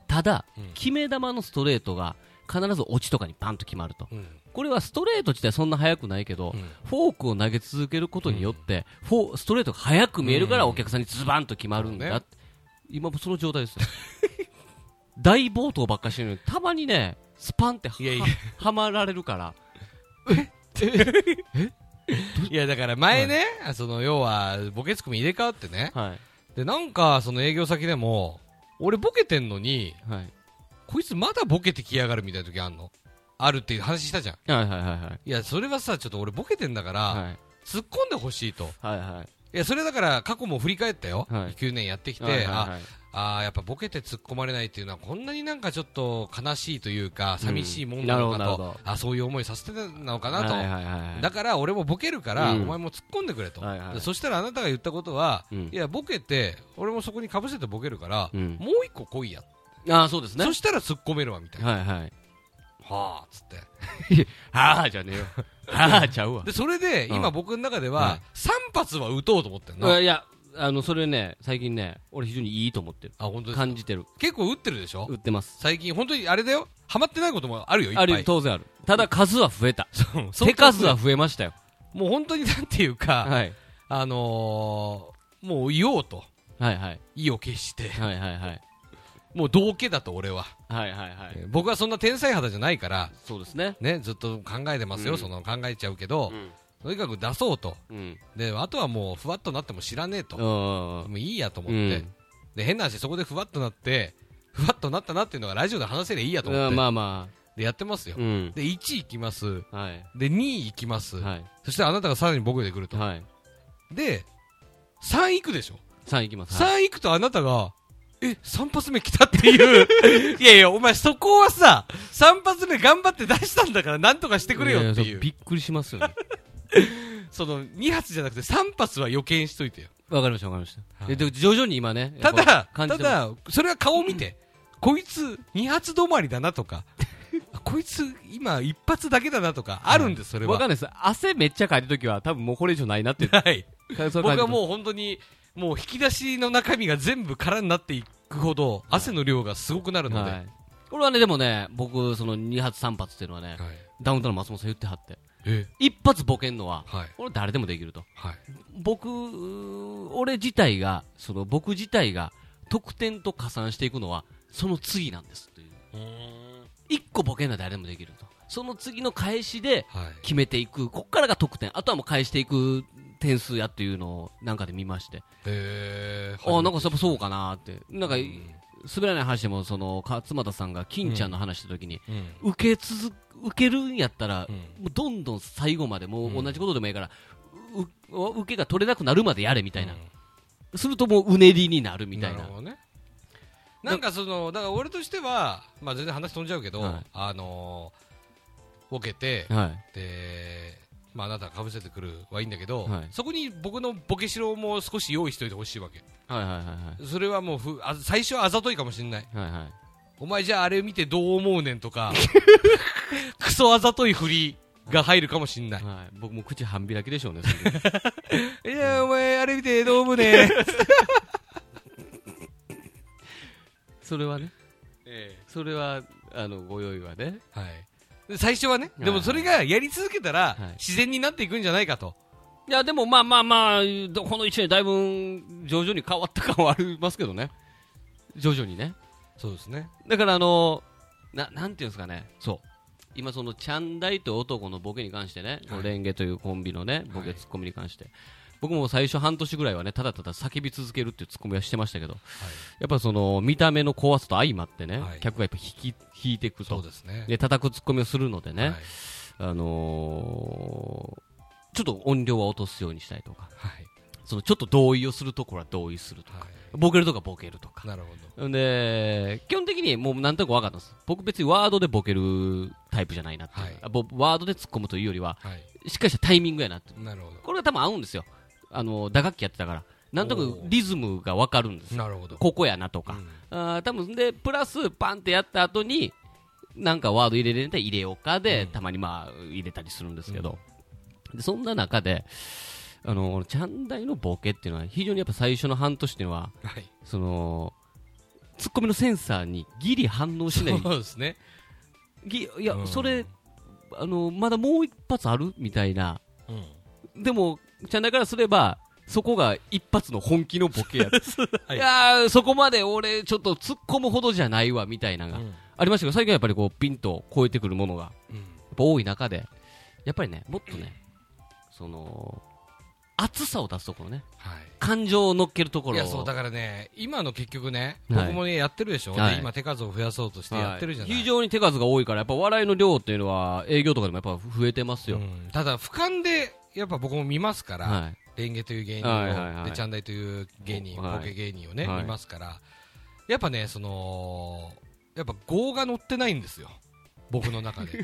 ただ、うん決め球のストレートが必ず落ちとかにパンと決まるとうん。これはストレート自体そんな速くないけど、うんフォークを投げ続けることによって、フォーストレートが速く見えるからお客さんにズバンと決まるんだ、うん今もその状態ですよ [LAUGHS] 大暴投ばっかしてるのにたまにねスパンってはいやいやはまられるからいやだから前ね、その要はボケツッコミ入れ替わってねはいでなんかその営業先でも俺ボケてんのにはいこいつまだボケてきやがるみたいな時あんのあるっていう話したじゃんはいはいはいはいいやそれはさちょっと俺ボケてんだから、はい突っ込んでほしいとはいはいいやそれだから過去も振り返ったよ、はい9年やってきて、はいはいはいああーやっぱボケて突っ込まれないっていうのはこんなになんかちょっと悲しいというか寂しいもんなのうんなかると、ほどなるほあそういう思いさせてたのかなと、はいはいはいだから俺もボケるから、うんお前も突っ込んでくれと、はいはいそしたらあなたが言ったことは、うんいや、ボケて、俺もそこにかぶせてボケるから、うんもう一個来いや、ああそうですねそしたら突っ込めるわみたいな、はいはいはあっつって、はあじゃねえよは [LAUGHS] あち [LAUGHS] ゃうわでそれで、うん今、僕の中ではは、3発は打とうと思ってんの、いやあのそれね最近ね俺非常にいいと思ってるあ本当ですか感じてる結構打ってるでしょ、売ってます最近、本当にあれだよ、ハマってないこともあるよ、いっぱいある当然あるただ数は増えた [LAUGHS] そう手数は増えましたよもう本当になんていうか、はいあのーもう言おうと、はいはい意を決して、はいはいはいもう道家だと、俺は、はいはいはい僕はそんな天才肌じゃないから。そうですねね、ずっと考えてますよ、うんその考えちゃうけど、とにかく出そうと。うん。で、あとはもう、ふわっとなっても知らねえと。うん。もういいやと思っうてん。で、変な話、そこでふわっとなって、ふわっとなったなっていうのがラジオで話せりゃいいやと思っまて。あまで、やってますよあ。う。ん。で、1行きます。はい。で、2行きます。はい。そしてあなたがさらに僕で来ると。はい。で、3行くでしょ。 3いきます。 3行くとあなたが、え、3発目来たっ [LAUGHS] ていう。いやいや、お前そこはさ、3発目頑張って出したんだからなんとかしてくれよってやいやう。びっくりしますよね。その、2発じゃなくて3発は予見しといてよ。わかりました、わかりましはた。いえで、徐々に今ね。やたっぱだ、た感じてますだ、それは顔見て。こいつ、2発止まりだな [LAUGHS] とか。あこいつ、今、1発だけだなとか、あるんです、それわかは。んないです。汗めっちゃかいたときは、多分もうこれ以上ないなって。はい。僕 [LAUGHS] 僕はもう本当に、もう引き出しの中身が全部空になっていくほど、汗の量がすごくなるので。はい。これはね、でもね、僕、その2発3発っていうのはね、はいダウンタウンの松本さん言ってはって、え一発ボケんのは、はい。これ誰でもできると。はい。僕、俺自体が、その僕自体が、得点と加算していくのは、その次なんですという。一個ボケんのは誰でもできると。その次の返しで、はい。決めていく、こっからが得点、あとはもう返していく点数やっていうのをなんかで見まして、えああ、なんかそそうかなーって、なんか、うん滑らない話でも、その勝俣さんが金ちゃんの話した時に、うん。受け続受けるんやったら、うんもうどんどん最後まで、もううん同じことでもいいから、うう受けが取れなくなるまでやれみたいな、うんするともううねりになるみたいなる、ほどねなんかそのだから俺としては、まあ、全然話飛んじゃうけど、はいあのー、ボケて、はい、でまあ、あなたがかぶせてくるはいいんだけど、はいそこに僕のボケしろも少し用意しておいてほしいわけはいはいはいそれはもうふあ最初はあざといかもしれないはいはいはいお前じゃああれ見てどう思うねん [LAUGHS] とかクソあざとい振りが入るかもしれない、はい、僕も口半開きでしょうね、 [LAUGHS] い、やお前あれ見てどう思うねん、それはね、えそれはあのご用意はね。えはいで最初はね、でもそれがやり続けたら、はい自然になっていくんじゃないかと、いや、でもまあまあまあ、どこの1年、だいぶ徐々に変わった感はありますけどね、徐々にね。そうですねだから、あのな、なんていうんですかね、そう、今、そのチャンダイと男のボケに関してね、このレンゲというコンビのね、ボケ、ツッコミに関して、僕も最初、半年ぐらいはね、ただただ叫び続けるっていうツッコミはしてましたけど、やっぱその見た目の怖さと相まってね、はい客がやっぱ引き引いていくそうと。ですね。で叩くツッコミをするのでね、はい。あのーちょっと音量は落とすようにしたいとか、はい。そのちょっと同意をするところは同意するとか、はボケるとかボケるとい。か。なるほんで、基本的にもうなんとなく分かったんです。僕別にワードでボケるタイプじゃないなっていうはいあぼワードで突っ込むというよりは、ど。はい。しっかりしたタイミングやなって。なるほこれは多分合うんですよ。あの、打楽器やってたから。なんとなくおーリズムが分かるんですど。よ。なるほど。ここやなとか。あー多分で、プラスパンってやった後に、なんかワード入れれるんだったら入れようかで、うんたまにまあ入れたりするんですけど、でそんな中で、あの、チャンダイのボケっていうのは、非常にやっぱ最初の半年っていうのは、はい。その、ツッコミのセンサーにギリ反応しない。そうですね。ぎいや、うんそれ、あの、まだもう一発あるみたいな。うん。でも、チャンダイからすれば、そこが一発の本気のボケや。はいい、やー、そこまで俺、ちょっと突っ込むほどじゃないわ、みたいなのが、ありましたけど、最近はやっぱりこう、ピンと超えてくるものが、やうん。っぱ多い中で、やっぱりね、もっとね、その、熱さを出すところね。はい。感情を乗っけるとこいろを。やそうだからね、今の結局ね、はい僕もね、やってるでしょ、はいで今、手数を増やそうとしてやってるじゃなはい非い、常に手数が多いからやっぱ笑いの量っていうのは営業とかでもやっぱ増えてますよ、うんただ、俯瞰でやっぱ僕も見ますから、はレンゲという芸人を、はいはいはいでチャンダイという芸人、はいボケ芸人をね、はい見ますから、やっぱね、そのやっぱ業が乗ってないんですよ、僕の中 [LAUGHS] で、い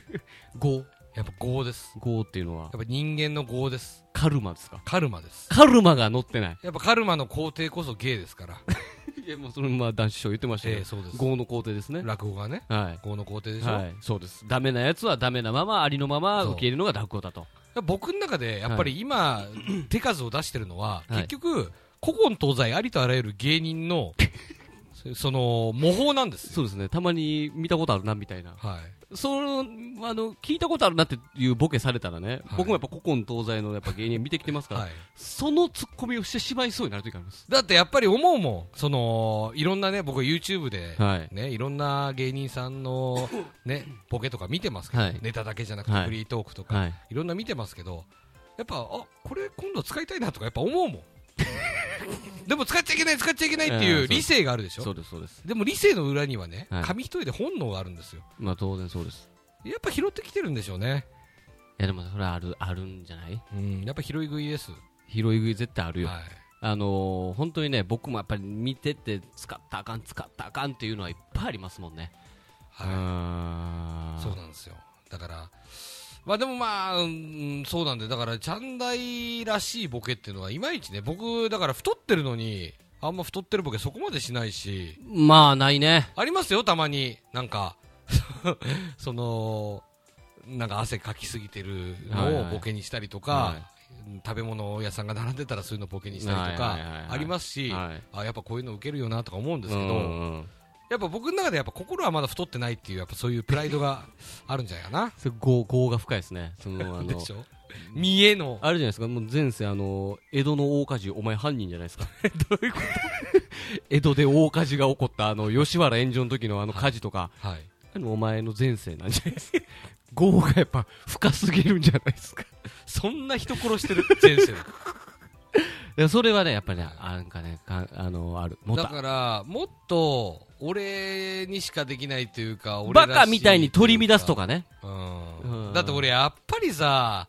5やっぱ業です、 5っていうのはやっぱ人間の業です、カルマですかカルマです。カルマが乗ってないやっぱカルマの皇帝こそ芸ですから。いやもうそのまあ男子賞言ってましたけえど、え、そうです。 5の工程ですね落語がね、は5の皇帝い、でしょ。はい、そうですダメなやつはダメなままありのままそう受け入れるのが落語だと僕の中で、やっぱり今、手数を出してるのは、はい結局、古今東西ありとあらゆる芸人 [LAUGHS] の、そその、模倣なんですそよ。うですねたまに見たことあるなみたいなはい。そのあの聞いたことあるなっていうボケされたらね、はい僕もやっぱ古今東西のやっぱ芸人見てきてますから、はい。そのツッコミをしてしまいそうになる時ありますだってやっぱり思うもん。その、いろんなね、僕 YouTube で、はいね、いろんな芸人さんの、ね、ボケとか見てますけど、はいネタだけじゃなくてはいフリートークとか、はいいろんな見てますけど、やっぱあこれ今度使いたいなとかやっぱ思うもん [LAUGHS] でも使っちゃいけない使っちゃいけないっていやそういうです理性があるでしょうです、そうです。でも理性の裏にはね、はい紙一重で本能があるんですよまあ当然そうです。やっぱ拾ってきてるんでしょうねいやでもそれはある、あるんじゃないうんやっぱ拾い食いです、は拾い食い絶対あるいよ。、あのー本当にね、僕もやっぱり見てて、使ったらあかん、使ったらあかんっていうのはいっぱいありますもんね。はあい、ーそうなんですよだからまあでもまあ、うん、そうなんでだからチャンダイらしいボケっていうのはいまいちね僕だから太ってるのにあんま太ってるボケそこまでしないしまあ、ないね。ありますよ、たまに。なんか、 [LAUGHS] その、なんか汗かきすぎてるはいのはをいボケにしたりとか、は食べ物屋さんが並んでたらそういうのボケにしたりとはいはいはいはかい、ありますし、はいあ、やっぱこういうの受けるよなとか思うんですけど、うんうんやっぱ僕の中でやっぱ心はまだ太ってないっていう、やっぱそういうプライドがあるんじゃないかな。それ、業業が深いですね。その、あ [LAUGHS] でのし、ょ見えの。あれじゃないですか、もう前世、あの、江戸の大火事、お前犯人じゃないですか。どういうこと江戸で大火事が起こった、あの、吉原炎上の時のあの火事とか、はい。あのお前の前世なんじゃないですか。業がやっぱ深すぎるんじゃないですか。そんな人殺してる、前 [LAUGHS] 世いやそれはね、やっぱりね、あなんかね、かあの、ある。もだた。から、もっと、俺にしかできないというか、俺らバしカみたいに取り乱すかとかね。ううんんだって俺やっぱりさ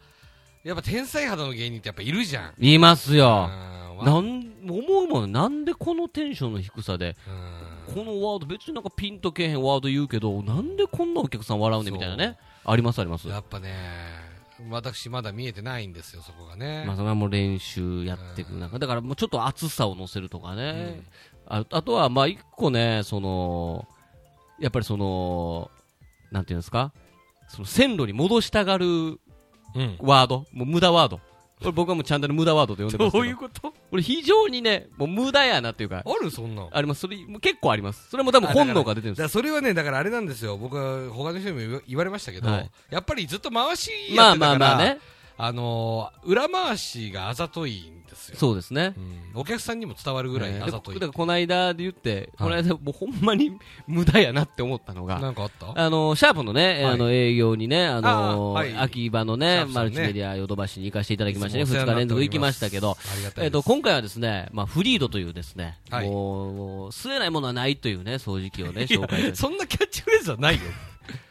やっぱ天才肌の芸人ってやっぱいるじゃん言いますうよ。んわなん、思うもん。なんでこのテンションの低さで、うんこのワード、別になんかピンとけえへんワード言うけど、なんでこんなお客さん笑うねんみたいなね。ありますあります。やっぱね私まだ見えてないんですよそこがね、まあ、それはもう練習やっていく中、だからもうちょっと暑さを乗せるとかね、ああとは、まあ、一個ね、その、やっぱりその、なんていうんですか、その線路に戻したがるうんワード、もう無駄ワード。これ僕はもうチャンネル無駄ワードと呼んでますけど。こと俺非常にね、もう無駄やなっていうか、あるそんなんあります。それ、もう結構あります。それも多分本能が出てるんだでかすらそれはねだからあれなんですよ僕は他の人にも言わ言われましたけど、はいやっぱりずっと回しよ。まやっあてたまかあら、まあね。あのー裏回しがあざといんですよ、そうですねう。んお客さんにも伝わるぐらいねあざとい、だからこの間で言って、この間もうほんまに無駄やなって思ったのが、なんかあったあのシャープのね、はいあの営業にね、ああーのはい秋葉のねシャープさマんねルチメディアヨドバシに行かせていただきましてね、いつもお2世日話になっ連てお続り行きまますしたけど、ありがたいですえっと今回はですね、まあ、フリードというですね、はいもう、据えないものはないというね、掃除機をね、紹介して、 [LAUGHS] そんなキャッチフレーズはないよ [LAUGHS]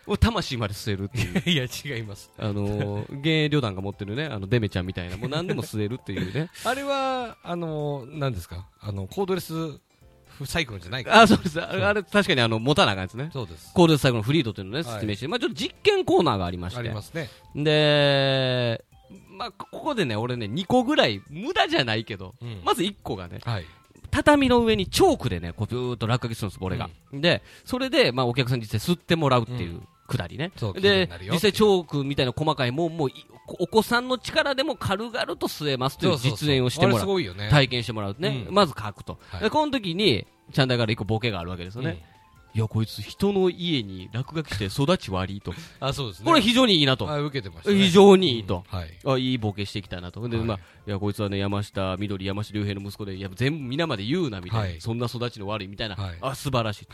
もう魂まで据えるっていう。いや違いますあのー、現役旅団が持ってるね、あの、デメちゃんみたいな、もう何でも据えるっていうね。あれは、あの、何ですかあの、コードレスサイクルじゃないか。 [LAUGHS] あ、そうです。あれ、あれ確かにあの、持たなあかんですね。そうです。コール最後のフリードというのをね、はい説明して、まあちょっと実験コーナーがありましあてり、ますね。で、まあ、ここでね、俺ね、2個ぐらい、無駄じゃないけど、うんまず1個がね、はい。畳の上にチョークでね、こう、ずーっと落書きするんです、俺が。で、それで、まあ、お客さんに実際吸ってもらうっていうくだりね。そう気にでなる、よ実際チョークみたいな細かいもんもい、お子さんの力でも軽々と吸えますという実演をしてもあれらすう。ごいよね。体験してもらうね、うんまず書くと、はいでこの時にちゃんだから一個ボケがあるわけですよね、いやこいつ人の家に落書きして育ち悪いとあ、そうですね。これ非常にいいなと、あ受けてましたね。非常にいいと、はい。あいいボケしてきたなと、ではいまあ、いやこいつはね山下緑、山下竜兵の息子で、いや全部皆まで言うなみたいな、はいそんな育ちの悪いみたいな、はいあ素晴らしい、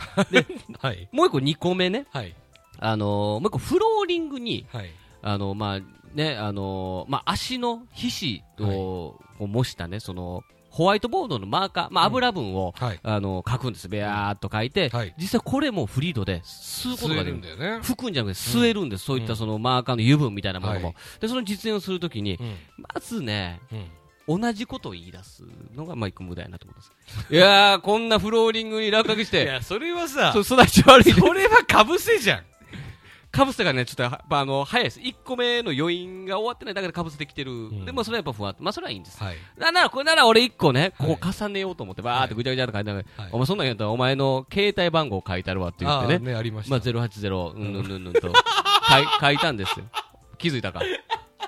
はい。もう一個、2個目ね、はい。あのーもう一個、フローリングに、はい。あのまあねあのまあ、足の皮脂を,、模したねそのホワイトボードのマーカー、まあ、油分を、はい。あの書くんです、べやーっと書いて、はい実際これもフリードで吸うこと吸がえできるるんだよね。吹くんじゃなくて吸えるんです、そういっうたんそのマーカーの油分みたいなものも、はいでその実演をするときに、うん。まずね、うん。同じことを言い出すのが、まあ、一個無駄やなと思います。い [LAUGHS] やー、こんなフローリングに落書きしいて、や、それはさ、そう育ち悪いで。それはかぶせじゃん。かぶせがね、ちょっとやっぱ、あの、早いです。1個目の余韻が終わってないだけでかぶせてきてる。んでも、それはやっぱ不安。まあ、それはいいんです。はい。ななら、これなら俺1個ね、はいこう重ねようと思って、バーってぐちゃぐちゃって書いてある、はいお前そんなんやったら、お前の携帯番号書いてあるわって言っあてーね。ね、ありましまたあ、。080、うんぬんぬんぬん [LAUGHS] と、かい書いたんですよ。気づいたか。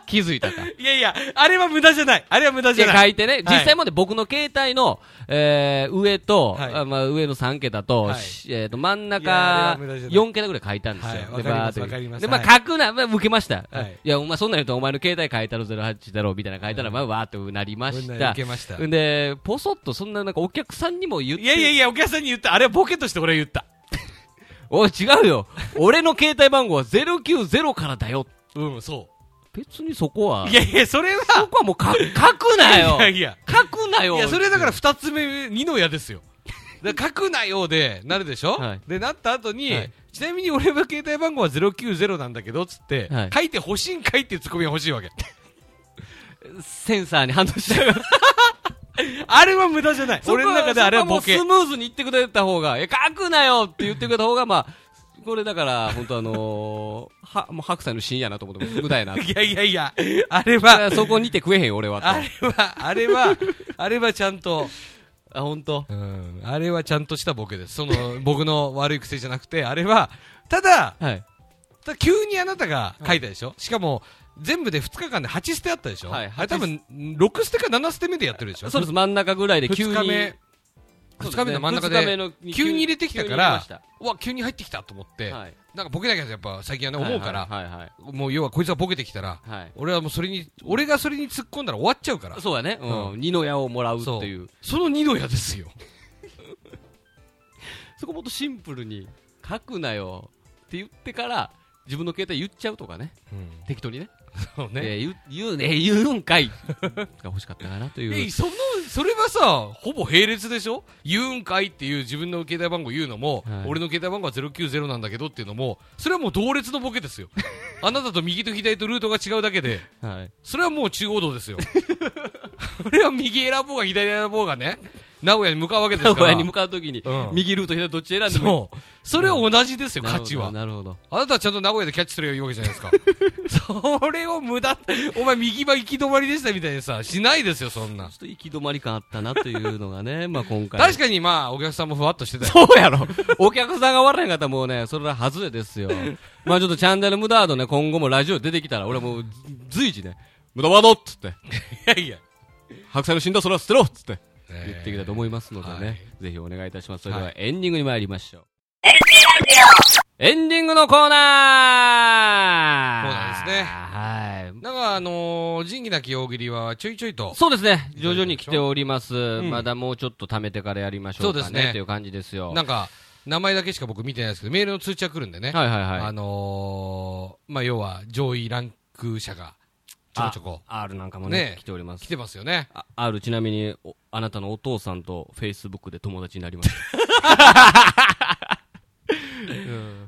気づいたか。いやいや、あれは無 [LAUGHS] 駄じゃない。あれは無駄で、書いてね、はい実際まで僕の携帯の、えー、上と、はいあまあ、上の3桁と、はいしえー、と真んいやあ中れは無駄じゃない4桁ぐらい書いたんですよ。はいでバーわかりますッとわかりますで、まはあ、書くな、まあ、受けました。はいい、や、お前そんなん言うと、お前の携帯書いたろ、080みたいなの書いたら、まあ、わーっとなりまし受た。けました。いで、ポソッとそんななんかお客さんにも言って、やいやいや、お客さんに言った。あれはボケとして俺は言った。おい違うよ。俺の携帯番号は090からだよ。うん、そう。別にそこは、いやいや、それは、そこはもうか書くなよいやいや、書くないよや、それだから二つ目、二の矢ですよ。だから書くなようで、なるでしょ、はいで、なった後に、はいちなみに俺の携帯番号は090なんだけど、つって、はい書いて欲しいんかいっていうツッコミが欲しいわけ。センサーに反応しながら。 [LAUGHS] あれは無駄じゃない。俺の中であれはボケそ。こはもうスムーズに言ってくれた方が、いや、書くなよって言ってくれた方が、まあ、これだ [LAUGHS] から、本当あのー、は、もう白菜の芯やなと思ってます。無駄やな。 [LAUGHS] いやいやいや、あれ [LAUGHS] だかはら、そこにて食えへん、俺 [LAUGHS] はと。あれは、あれは、あれはちゃんと、あ、本当。うん、あれはちゃんとしたボケです。[LAUGHS] その、僕の悪い癖じゃなくて、あれは、ただ、はい。ただ急にあなたが書いたでしょ、しかも、全部で2日間で8捨てあったでしょ、はいあれ多分、6捨てか7捨て目でやってるでしょそうです、真ん中ぐらいで急に。 2日目、そうで二すね日目の真ん中二日目での、急に入れてきたか急に入れまらし、たうわ、急に入ってきたと思って、はいなんかボケなきゃやっぱ最近はね、思うから、はいはいはいもう要はこいつはボケてきたら、はい。はい俺はもうそれに、俺がそれに突っ込んだら終わっちゃうから。そうやね。ううん。二の矢をもらうっていう。その二の矢ですよ。そこもっとシンプルに、書くなよって言ってから、自分の携帯言っちゃうとかね。適当にね。そうえね。ー言う、言う、えー [LAUGHS] 言うんかい。が欲しかったかなという。え、その、それはさ、ほぼ並列でしょ言うんかいっていう自分の携帯番号言うのも、はい俺の携帯番号は090なんだけどっていうのも、それはもう同列のボケですよ。 [LAUGHS] あなたと右と左とルートが違うだけで、はい。それはもう中央道ですよ。 [LAUGHS] それは右選ぼうが左選ぼうがね、名古屋に向かうわけで [LAUGHS] す名から。古屋に向かうときにうん、右ルート、左どっち選んでもいいそう。それは同じですよ、なるほど価値は。なるほど。あなたはちゃんと名古屋でキャッチすればいいわけじゃないですか。 [LAUGHS] それを無駄、お前右歯行き止まりでしたみたいにさ、しないですよ、そんちなょ。っと行き止まり感あったなというのがね、 [LAUGHS] まあ今回。確かにまあ、お客さんもふわっとしてたよ。そう [LAUGHS] やろ。お客さんが笑えなかったらもうね、それは外れです [LAUGHS] よ。まあちょっとチャンネル無駄ードね、今後もラジオ出てきたら、俺はもう随時ね、無駄ワードっつって、いやいや。白菜の死んだそれは捨てろっつって言言ってきたと思いますのでね、はいぜひお願いいたします。それでははエンディングに参りましょう。エンディングのコーナーコーナーですねはい。なんかあのー、仁義なき大喜利はちょいちょいと。そうですね。徐々に来ております。んまだもうちょっと貯めてからやりましょうかね。そうですねという感じですよ。なんか、名前だけしか僕見てないですけど、メールの通知は来るんでね。はいはいはい。あのー、まあ、要は上位ランク者がちょこちょこあ R なんかもねね来ております来。てますよね。あ R ちなみにおあなたのお父さんとフェイスブックで友達になりました [LAUGHS]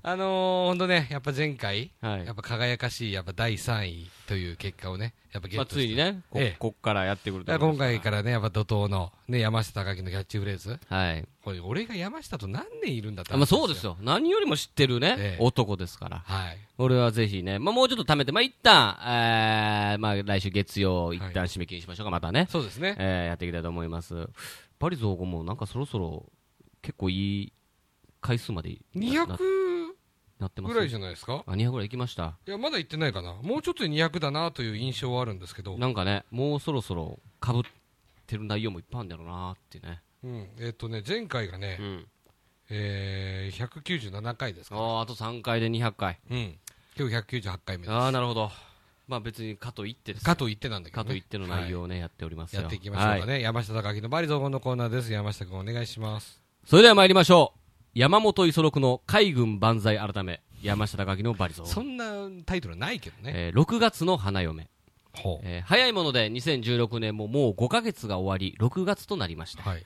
あのー、ほんとね、やっぱ前回、はいやっぱ輝かしい、やっぱ第3位という結果をね、やっぱゲッまあトして。ついにねこ,、ええこっからやってくるとだから思い今ます回からね、やっぱ怒涛の、ね、山下隆のキャッチフレーズ。はいこれ、俺が山下と何年いるんだってあまあそうですよ。よ何よりも知ってるね、ええ男ですからはい。俺はぜひね、まあ、もうちょっと貯めて、まあ、一旦、えーまあ、来週月曜、一旦締め切りにしましょうか、またね、そうですね。えーやっていきたいと思います。バリ造語もなんかそろそろ結構いい回数までなな200なってますぐらいじゃないですかあ、200ぐらい行きました。いや、まだ行ってないかな。もうちょっとで200だなという印象はあるんですけど。なんかね、もうそろそろかぶってる内容もいっぱいあるんだろうなーってね。うん。えっとね、前回がねう、ん。えー、197回ですあか。ーあと3回で200回。うん。今日198回目で。ああ、なるほど。まあ別にかといってですす。かと言ってなんだけどかね。といっての内容をね、やっておりますよ。やっていきましょうかはいね。山下隆のバリ雑言のコーナーです。山下君お願いします。それでは参りましょう。山本五十六の海軍万歳改め、山下隆のバリゾー。そんなタイトルないけどね。えー6月の花嫁、ほう。えー早いもので2016年ももう5ヶ月が終わり6月となりましたはい。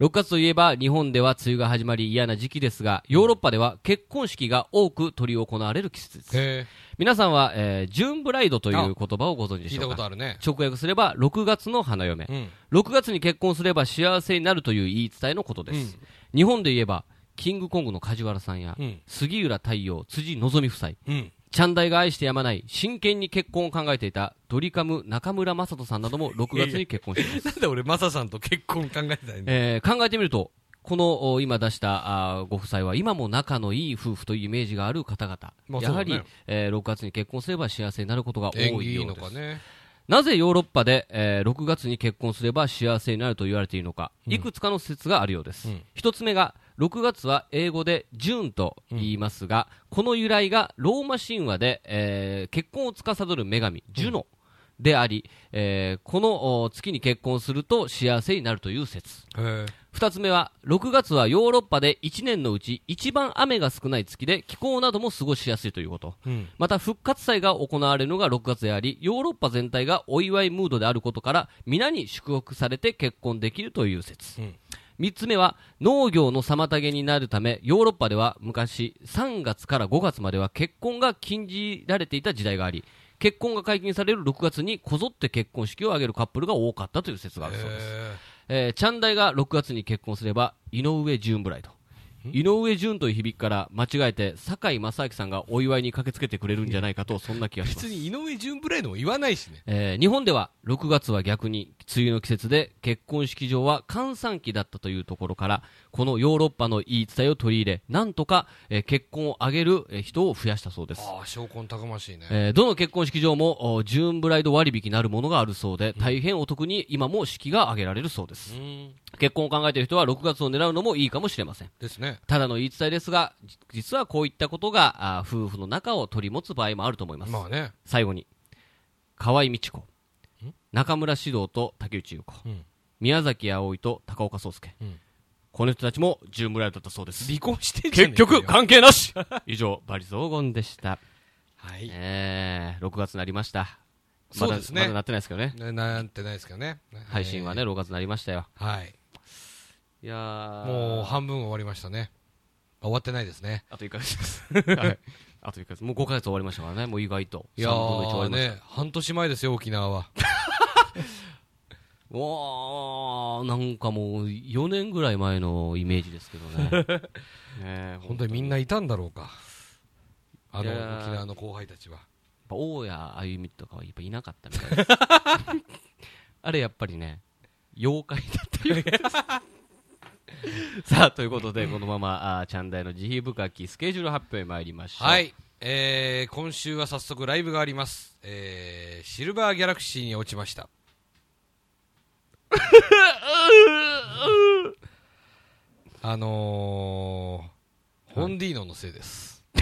6月といえば日本では梅雨が始まり嫌な時期ですがヨーロッパでは結婚式が多く執り行われる季節ですへ皆さんは、えージューンブライドという言葉をご存知でえ聞いしたょこうとかあるね。直訳すれば6月の花嫁、うん。 6月に結婚すれば幸せになるという言い伝えのことです、日本で言えばキングコングの梶原さんや、うん。杉浦太陽辻希美夫妻うん。チャンダイが愛してやまない真剣に結婚を考えていたドリカム中村雅人さんなども6月に結婚していますなんで俺、マサさんと結婚考えてないんだえー考えてみると、このお今出したあーご夫妻は今も仲のいい夫婦というイメージがある方々、まあやはり、そうだねえー6月に結婚すれば幸せになることが多い縁起いよいうのですかね。なぜヨーロッパで、えー6月に結婚すれば幸せになると言われているのか、いくつかの説があるようです、うん一つ目が6月は英語でジューンと言いますが、この由来がローマ神話で、えー結婚を司る女神ジュノ、であり、えーこのお月に結婚すると幸せになるという説。へ二つ目は、6月はヨーロッパで1年のうち一番雨が少ない月で気候なども過ごしやすいということ。え。うん。また復活祭が行われるのが6月であり、ヨーロッパ全体がお祝いムードであることから、皆に祝福されて結婚できるという説。うん3つ目は、農業の妨げになるため、ヨーロッパでは昔、3月から5月までは結婚が禁じられていた時代があり、結婚が解禁される6月にこぞって結婚式を挙げるカップルが多かったという説があるそうです。へえーチャンダイが6月に結婚すれば井上純ブライド井上純という響きから間違えて堺正明さんがお祝いに駆けつけてくれるんじゃないかとそんな気えがしま別す、に井上順ブレイのも言わないしね。えー日本では6月は逆に梅雨の季節で結婚式場は閑散期だったというところからこのヨーロッパの言い伝えを取り入れなんとか、えー結婚を挙げるえー人を増やしたそうですああ、証拠たくましいね。えーどの結婚式場もおジューンブライド割引なるものがあるそうで大変お得に今も式が挙げられるそうですうん。結婚を考えている人は6月を狙うのもいいかもしれません。ですね。ただの言い伝えですが、じ実はこういったことが、あ夫婦の仲を取り持つ場合もあると思います。まあね。最後に、河合道子、中村獅童と竹内優子、うん宮崎葵と高岡壮介、うんこの人たちも十村だったそうです。離婚してんじゃね結えかよ局、関係なし以上、バリ雑言でした。はい。えー、6月になりました。まだそうですねまだなってないですけどね。ななんてないですけどね。配信はね、えー。 6月になりましたよ。はい。いやーもう半分終わりましたね。あ終わってないですね。あと1ヶ月です。 [LAUGHS] はい。あと1ヶ月。もう5ヶ月終わりましたからね、もう意外と。いや3分の1終わーりました。ね、半年前ですよ、沖縄は。おー、なんかもう4年ぐらい前のイメージですけ [LAUGHS] どね。ねえ本当にみんないたんだろうか。あの、いやー沖縄の後輩たちは。やっぱ大谷歩みとかはやっぱいなかったみたいで [LAUGHS] す。あれやっぱりね、妖怪だったよね。 [LAUGHS] さあ、ということで、このまま、あーチャンダイの慈悲深きスケジュール発表へ参りましょう。は。い、えー、今週は早速ライブがあります、えー、シルバーギャラクシーに落ちま [LAUGHS] したあのー、ホンディーノのせいです [LAUGHS]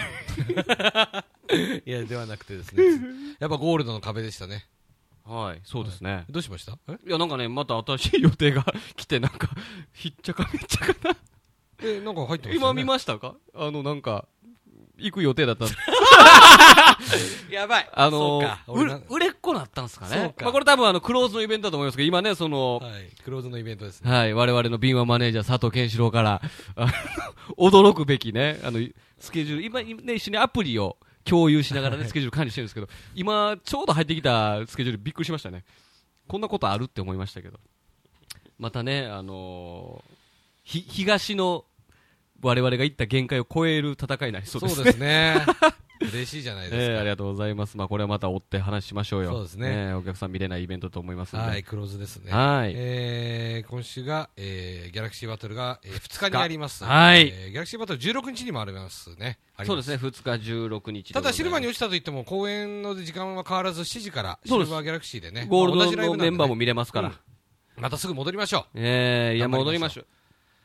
いやではなくてですねやっぱゴールドの壁でしたねはい、そうですね。どうしましたえいや、なんかね、また新しい予定が [LAUGHS] 来て、なんか、ひっちゃかめっちゃかな。えなんか入ってました、ね、今見ましたかあの、なんか、行く予定だ [LAUGHS] ったんでやばいあのそうかー、俺な売売れっ子だったんですかそうね。かまあ、これ多分、あの、クローズのイベントだと思いますけど、今ね、その、はいクローズのイベントですねはい、我々の敏腕マネージャー佐藤健志郎から、あの驚くべきね、あの、スケジュール、今、ね、一緒にアプリを共有しながらね、スケジュール管理してるんですけど、今、ちょうど入ってきたスケジュールびっくりしましたね。こんなことあるって思いましたけど。またね、あのーひ、東の我々が行った限界を超える戦いになりそうですそうね。ですね嬉しいじゃない [LAUGHS] ですええか、ありがとうございます。まあ、これはまた追って話しましょうよ。そうですねえお客さん見れないイベントと思いますので。はい、クローズですね。はいえー今週が、えーギャラクシーバトルが、え2日にあります。はいえーギャラクシーバトル16日にもありますね。ありそますうですね、2日16日でございます。ただ、シルバーに落ちたといっても、公演の時間は変わらず7時から、シそうでルすバーギャラクシーでね、ゴーまあル同じライドブのなメんでねンバーも見れますから。またすぐ戻りましょええいや、頑張りましょ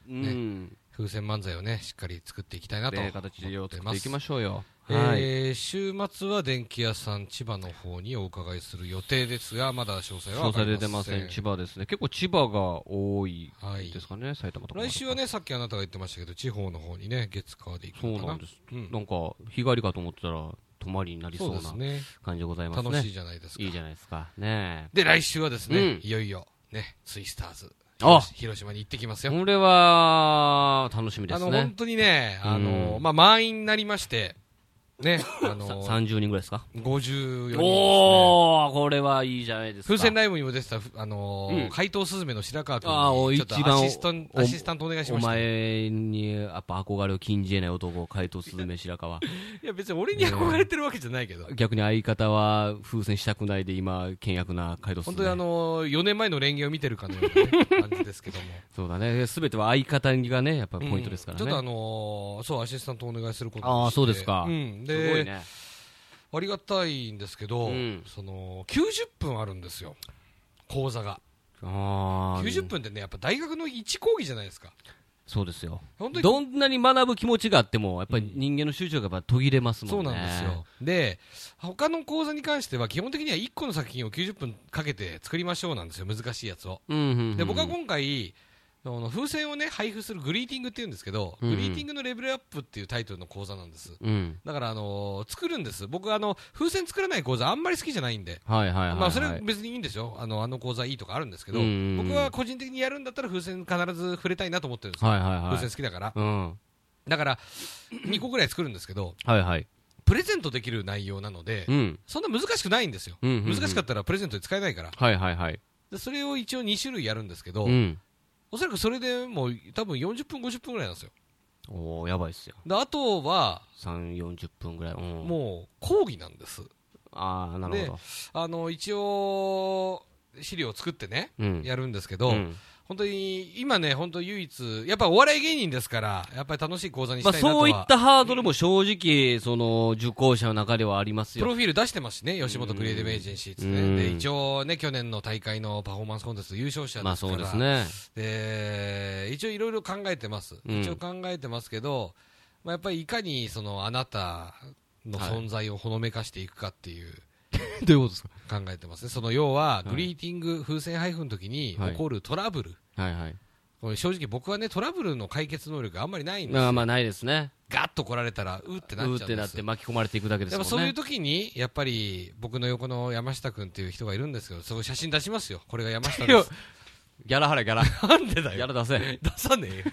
う戻りましょう。うんう。。風船漫才をね、しっかり作っていきたいなととい思っう形をて作っまていきす。ましょうよ。えはい。ー週末は電気屋さん千葉の方にお伺いする予定ですが、まだ詳細は詳分か細り出てません。千葉ですね。結構千葉が多いはいですかね、埼玉とか。来週は。ね、さっきあなたが言ってましたけど、地方の方にね、月火で行くそうのかな。なんです。うんなんか、日帰りかと思ってたら、泊まりになりそうなそうですね。感じでございます楽しいね。じゃないですか。いいじゃないですか。ねで、来週はですね、うんいよいよ、ね、ツイスターズ。あ広島に行ってきますえ。よ。これは、楽しみであすの、本ね。当にね、あうの、んまあ、満員になりまして、ね、あさの、 30人ぐらいですか54人、ね。おー、これはいいじゃないですか。風船ライブにも出てた、ふあのーうん怪盗スズメの白川君あーおに、ちょっ一と番アおシスタンおアシスタントお願いしおました。い前に、やっぱ憧れを禁じ得ない男、怪盗スズメ白 [LAUGHS] 川。や、別に俺に憧れてるわけじゃないけど。逆に相方は風船したくないで今倹約な街道本当にあののー、4年前のレンゲを見てるかのようなね感じですけども。そうだね全ては相方がねやっぱポイントですからね、うんちょっとあのーそう、アシスタントお願いすることにしてあーそうですかんですごいねありがたいんですけど、うんその90分あるんですよ、講座が。ああ90分ってね、やっぱ大学の一講義じゃないですか。そうですよ本当にどんなに学ぶ気持ちがあってもやっぱり人間の集中がやっぱ途切れますもそうんねなんですよ。で、他の講座に関しては、基本的には1個の作品を90分かけて作りましょうなんですよ、難しいやつを。うんうんうんで、僕は今回、あの風船をね、配布するグリーティングっていうんですけど、うんうんグリーティングのレベルアップっていうタイトルの講座なんです。うんだから、あのー作るんです。僕、あの、風船作らない講座あんまり好きじゃないんで。はいはいはい、はい、まあ、それは別にいいんですよ。あの、あの講座いいとかあるんですけど、うんうんうん僕は個人的にやるんだったら風船必ず触れたいなと思ってるんですよ。はいはいはい風船好きだから。うんだから、2個ぐらい作るんですけど、はいはいプレゼントできる内容なのでう、んそんな難しくないんですよ、うんうんうん難しかったらプレゼントで使えないから、はいはいはいでそれを一応2種類やるんですけど、うんおそらくそれでもう多分40分、50分ぐらいなんですよ、おおやばいっすよであとは3四4 0分ぐらい、うん、うもう講義なんです、ああなるほどあの一応、資料を作ってね、うんやるんですけど、うん本当に今ね、本当、唯一、やっぱお笑い芸人ですから、やっぱり楽しい講座にしまあ、たいなとは、そういったハードルも正直、その受講者の中ではありますプよ。ロフィール出してますしね、吉本クリエイティブエージェンシーっつってね、うんで一応ね、去年の大会のパフォーマンスコンテスト優勝者ですから、まあそうですね。で一応いろいろ考えてます、うん一応考えてますけど、まあ、やっぱりいかにそのあなたの存在をほのめかしていくかっていう [LAUGHS] どういうことです考えてますね、その要はグリーティング、風船配布の時にはい起こるトラブル、かはいはい。これ正直僕はね、トラブルの解決能力があんまりないんですまあよ、まあないですね。ガッと来られたら、うってうなっーちゃってうんでなっすて。巻き込まれていくだけですやっもぱそんういねう。時に、やっぱり僕の横の山下君っていう人がいるんですけど、その写真出しますよ、これが山下です。ギャラ [LAUGHS] 払え、ギャラ。なんでだギャ。ラ [LAUGHS] 出せ。出さねえよ。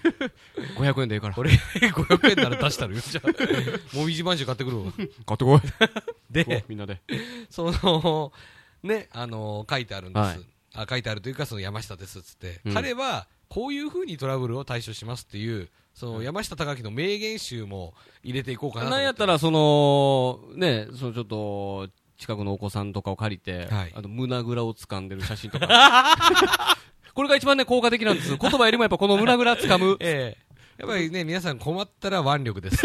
500円でいいから。俺、500円なら出したるよ。じゃ [LAUGHS] あ、もみじまんじゅう買ってくるわ。買 [LAUGHS] ってこい。で、みんなで。その、ね、あの、書いてあるんです。はいあ書いてあるというか、その山下ですっつって、うん彼は、こういうふうにトラブルを対処しますっていう、その山下隆の名言集も入れていこうかなとな思っんてやったら、その、ね、そのちょっと、近くのお子さんとかを借りて、はいあの胸ぐらを掴んでる写真とか。 [LAUGHS] これが一番ね、効果的なんです。言葉よりもやっぱこの胸ぐら掴む。 [LAUGHS] ええやっぱりね、皆さん困ったら腕力 [LAUGHS] です。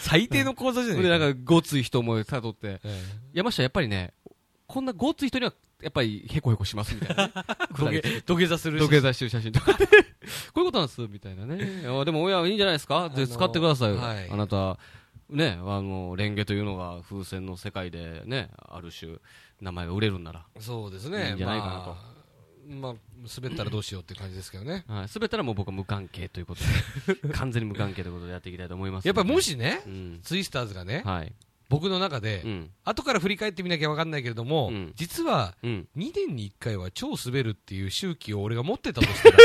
最低の講座じゃないで、なんか。か、ごつい人も悟って。え山下やっぱりねこんなごっつい人にはやっぱりへこへこしますみたいな、ね、 [LAUGHS] え土下土下座する土下座してる写真とかこういうことなんですみたいな [LAUGHS] ねいやでも親はいいんじゃないですか、あので使ってくださいよ、はいあなたねあのレンゲというのが風船の世界でねある種名前が売れるんなら、そうですね。いいんじゃないかなとまあ、まあ、滑ったらどうしようっていう感じですけどね。はい、全てはもう僕は無関係ということ [LAUGHS] で完全に無関係ということでやっていきたいと思いますやっぱりもし、しね、うんツイスターズがね、はい僕の中で、うん後から振り返ってみなきゃ分かんないけれども、うん実はうん、 2年に1回は超滑るっていう周期を俺が持ってたと [LAUGHS] したら、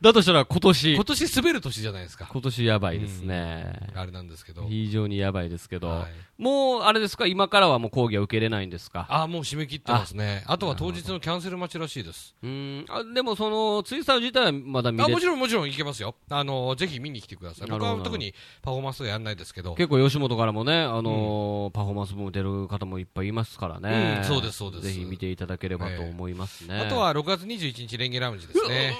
だとしたら今年今年滑る年じゃないですか。今年やばいですね、あれなんですけど。非常にやばいですけど、はいもう、あれですか、今からはもう講義は受けれないんですか。ああ、もう締め切ってますね。あとは当日のキャンセル待ちらしいです。うーんあでも、そのツイスター自体はまだ見れあもちろん、もちろん行けますよ。あの、ぜひ見に来てください。僕なるはほど特にパフォーマンスとかやんないですけど。結構、吉本からもね、あのーパフォーマンスも出る方もいっぱいいますからね、うんそうですそうですぜひ見ていただければと思いますね、あとは6月21日、レンゲラウンジですね。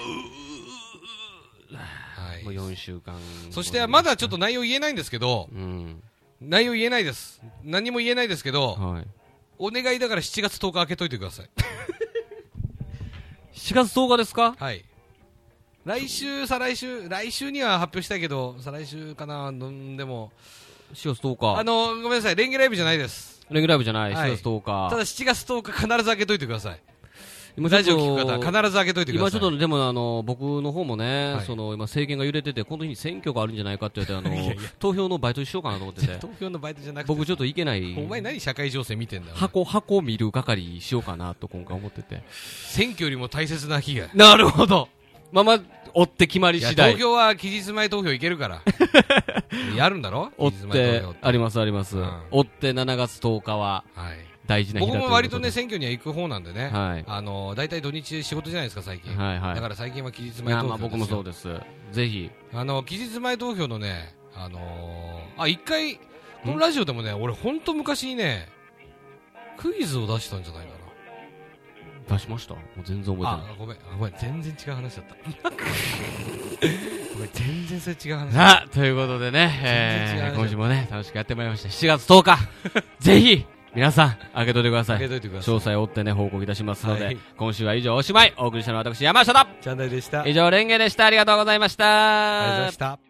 はいもう。4週間、そして、まだちょっと内容言えないんですけど、うん内容言えないです。何も言えないですけど、はい、お願いだから7月10日開けといてく [LAUGHS] ださい。 7月10日ですか、はい。来週、再来週、来週には発表したいけど、再来週かな、うんでも、 4月あ10日、の、ごめんなさい、レンゲライブじゃないです。レギュライブじゃない、はい4月10日、ただ7月10日必ず開けといてください。今ラジちょオっと聞く方、必ず開けといてくだ今さちょい。っとでもあの僕の方もね、はいその今政権が揺れてて、この日に選挙があるんじゃないかって言われて、あの投票のバイトしようかなと思ってて、東京のバイトじゃなくて、僕ちょっと行けない。お前何社会情勢見てんだよ。箱、箱見る係しようかなと今回思ってて。選挙よりも大切な日が。なるほど。まあまあ、追って決まりいや次東第。京は期日前投票いけ [LAUGHS] るから。やるんだろ追期っ日前て投票っ、て。ありますありますうん。追って7月10日ははい。大事な日だ僕というこもとで割とね、選挙には行く方なんでね。はいあの、大体土日仕事じゃないですか、最近。はいはいだから最近は期日い前や投ま票あ僕もそうでです。ぜひ。すよ。あの、期日前投票のね、あのーあ、一回、このラジオでもね、俺ほんと昔にね、クイズを出したんじゃないかな。出しましたもう全然覚えてあ、ごめん、あごめん、全然違う話だった。 [LAUGHS] ごめん、全然それ違う話だっない。さあ、ということでね、全然違えう話 [LAUGHS] ー今週もね、楽しくやってまいりました。7月10日、ぜひ、皆さん、開けといてください。開けといてください詳細を追ってね、報告いたしますので、はい今週は以上おしまい。お送りしたのは私、山下だチャンネルでした。あり以がとう上、レンゲでした。ありがとうございました。ございました。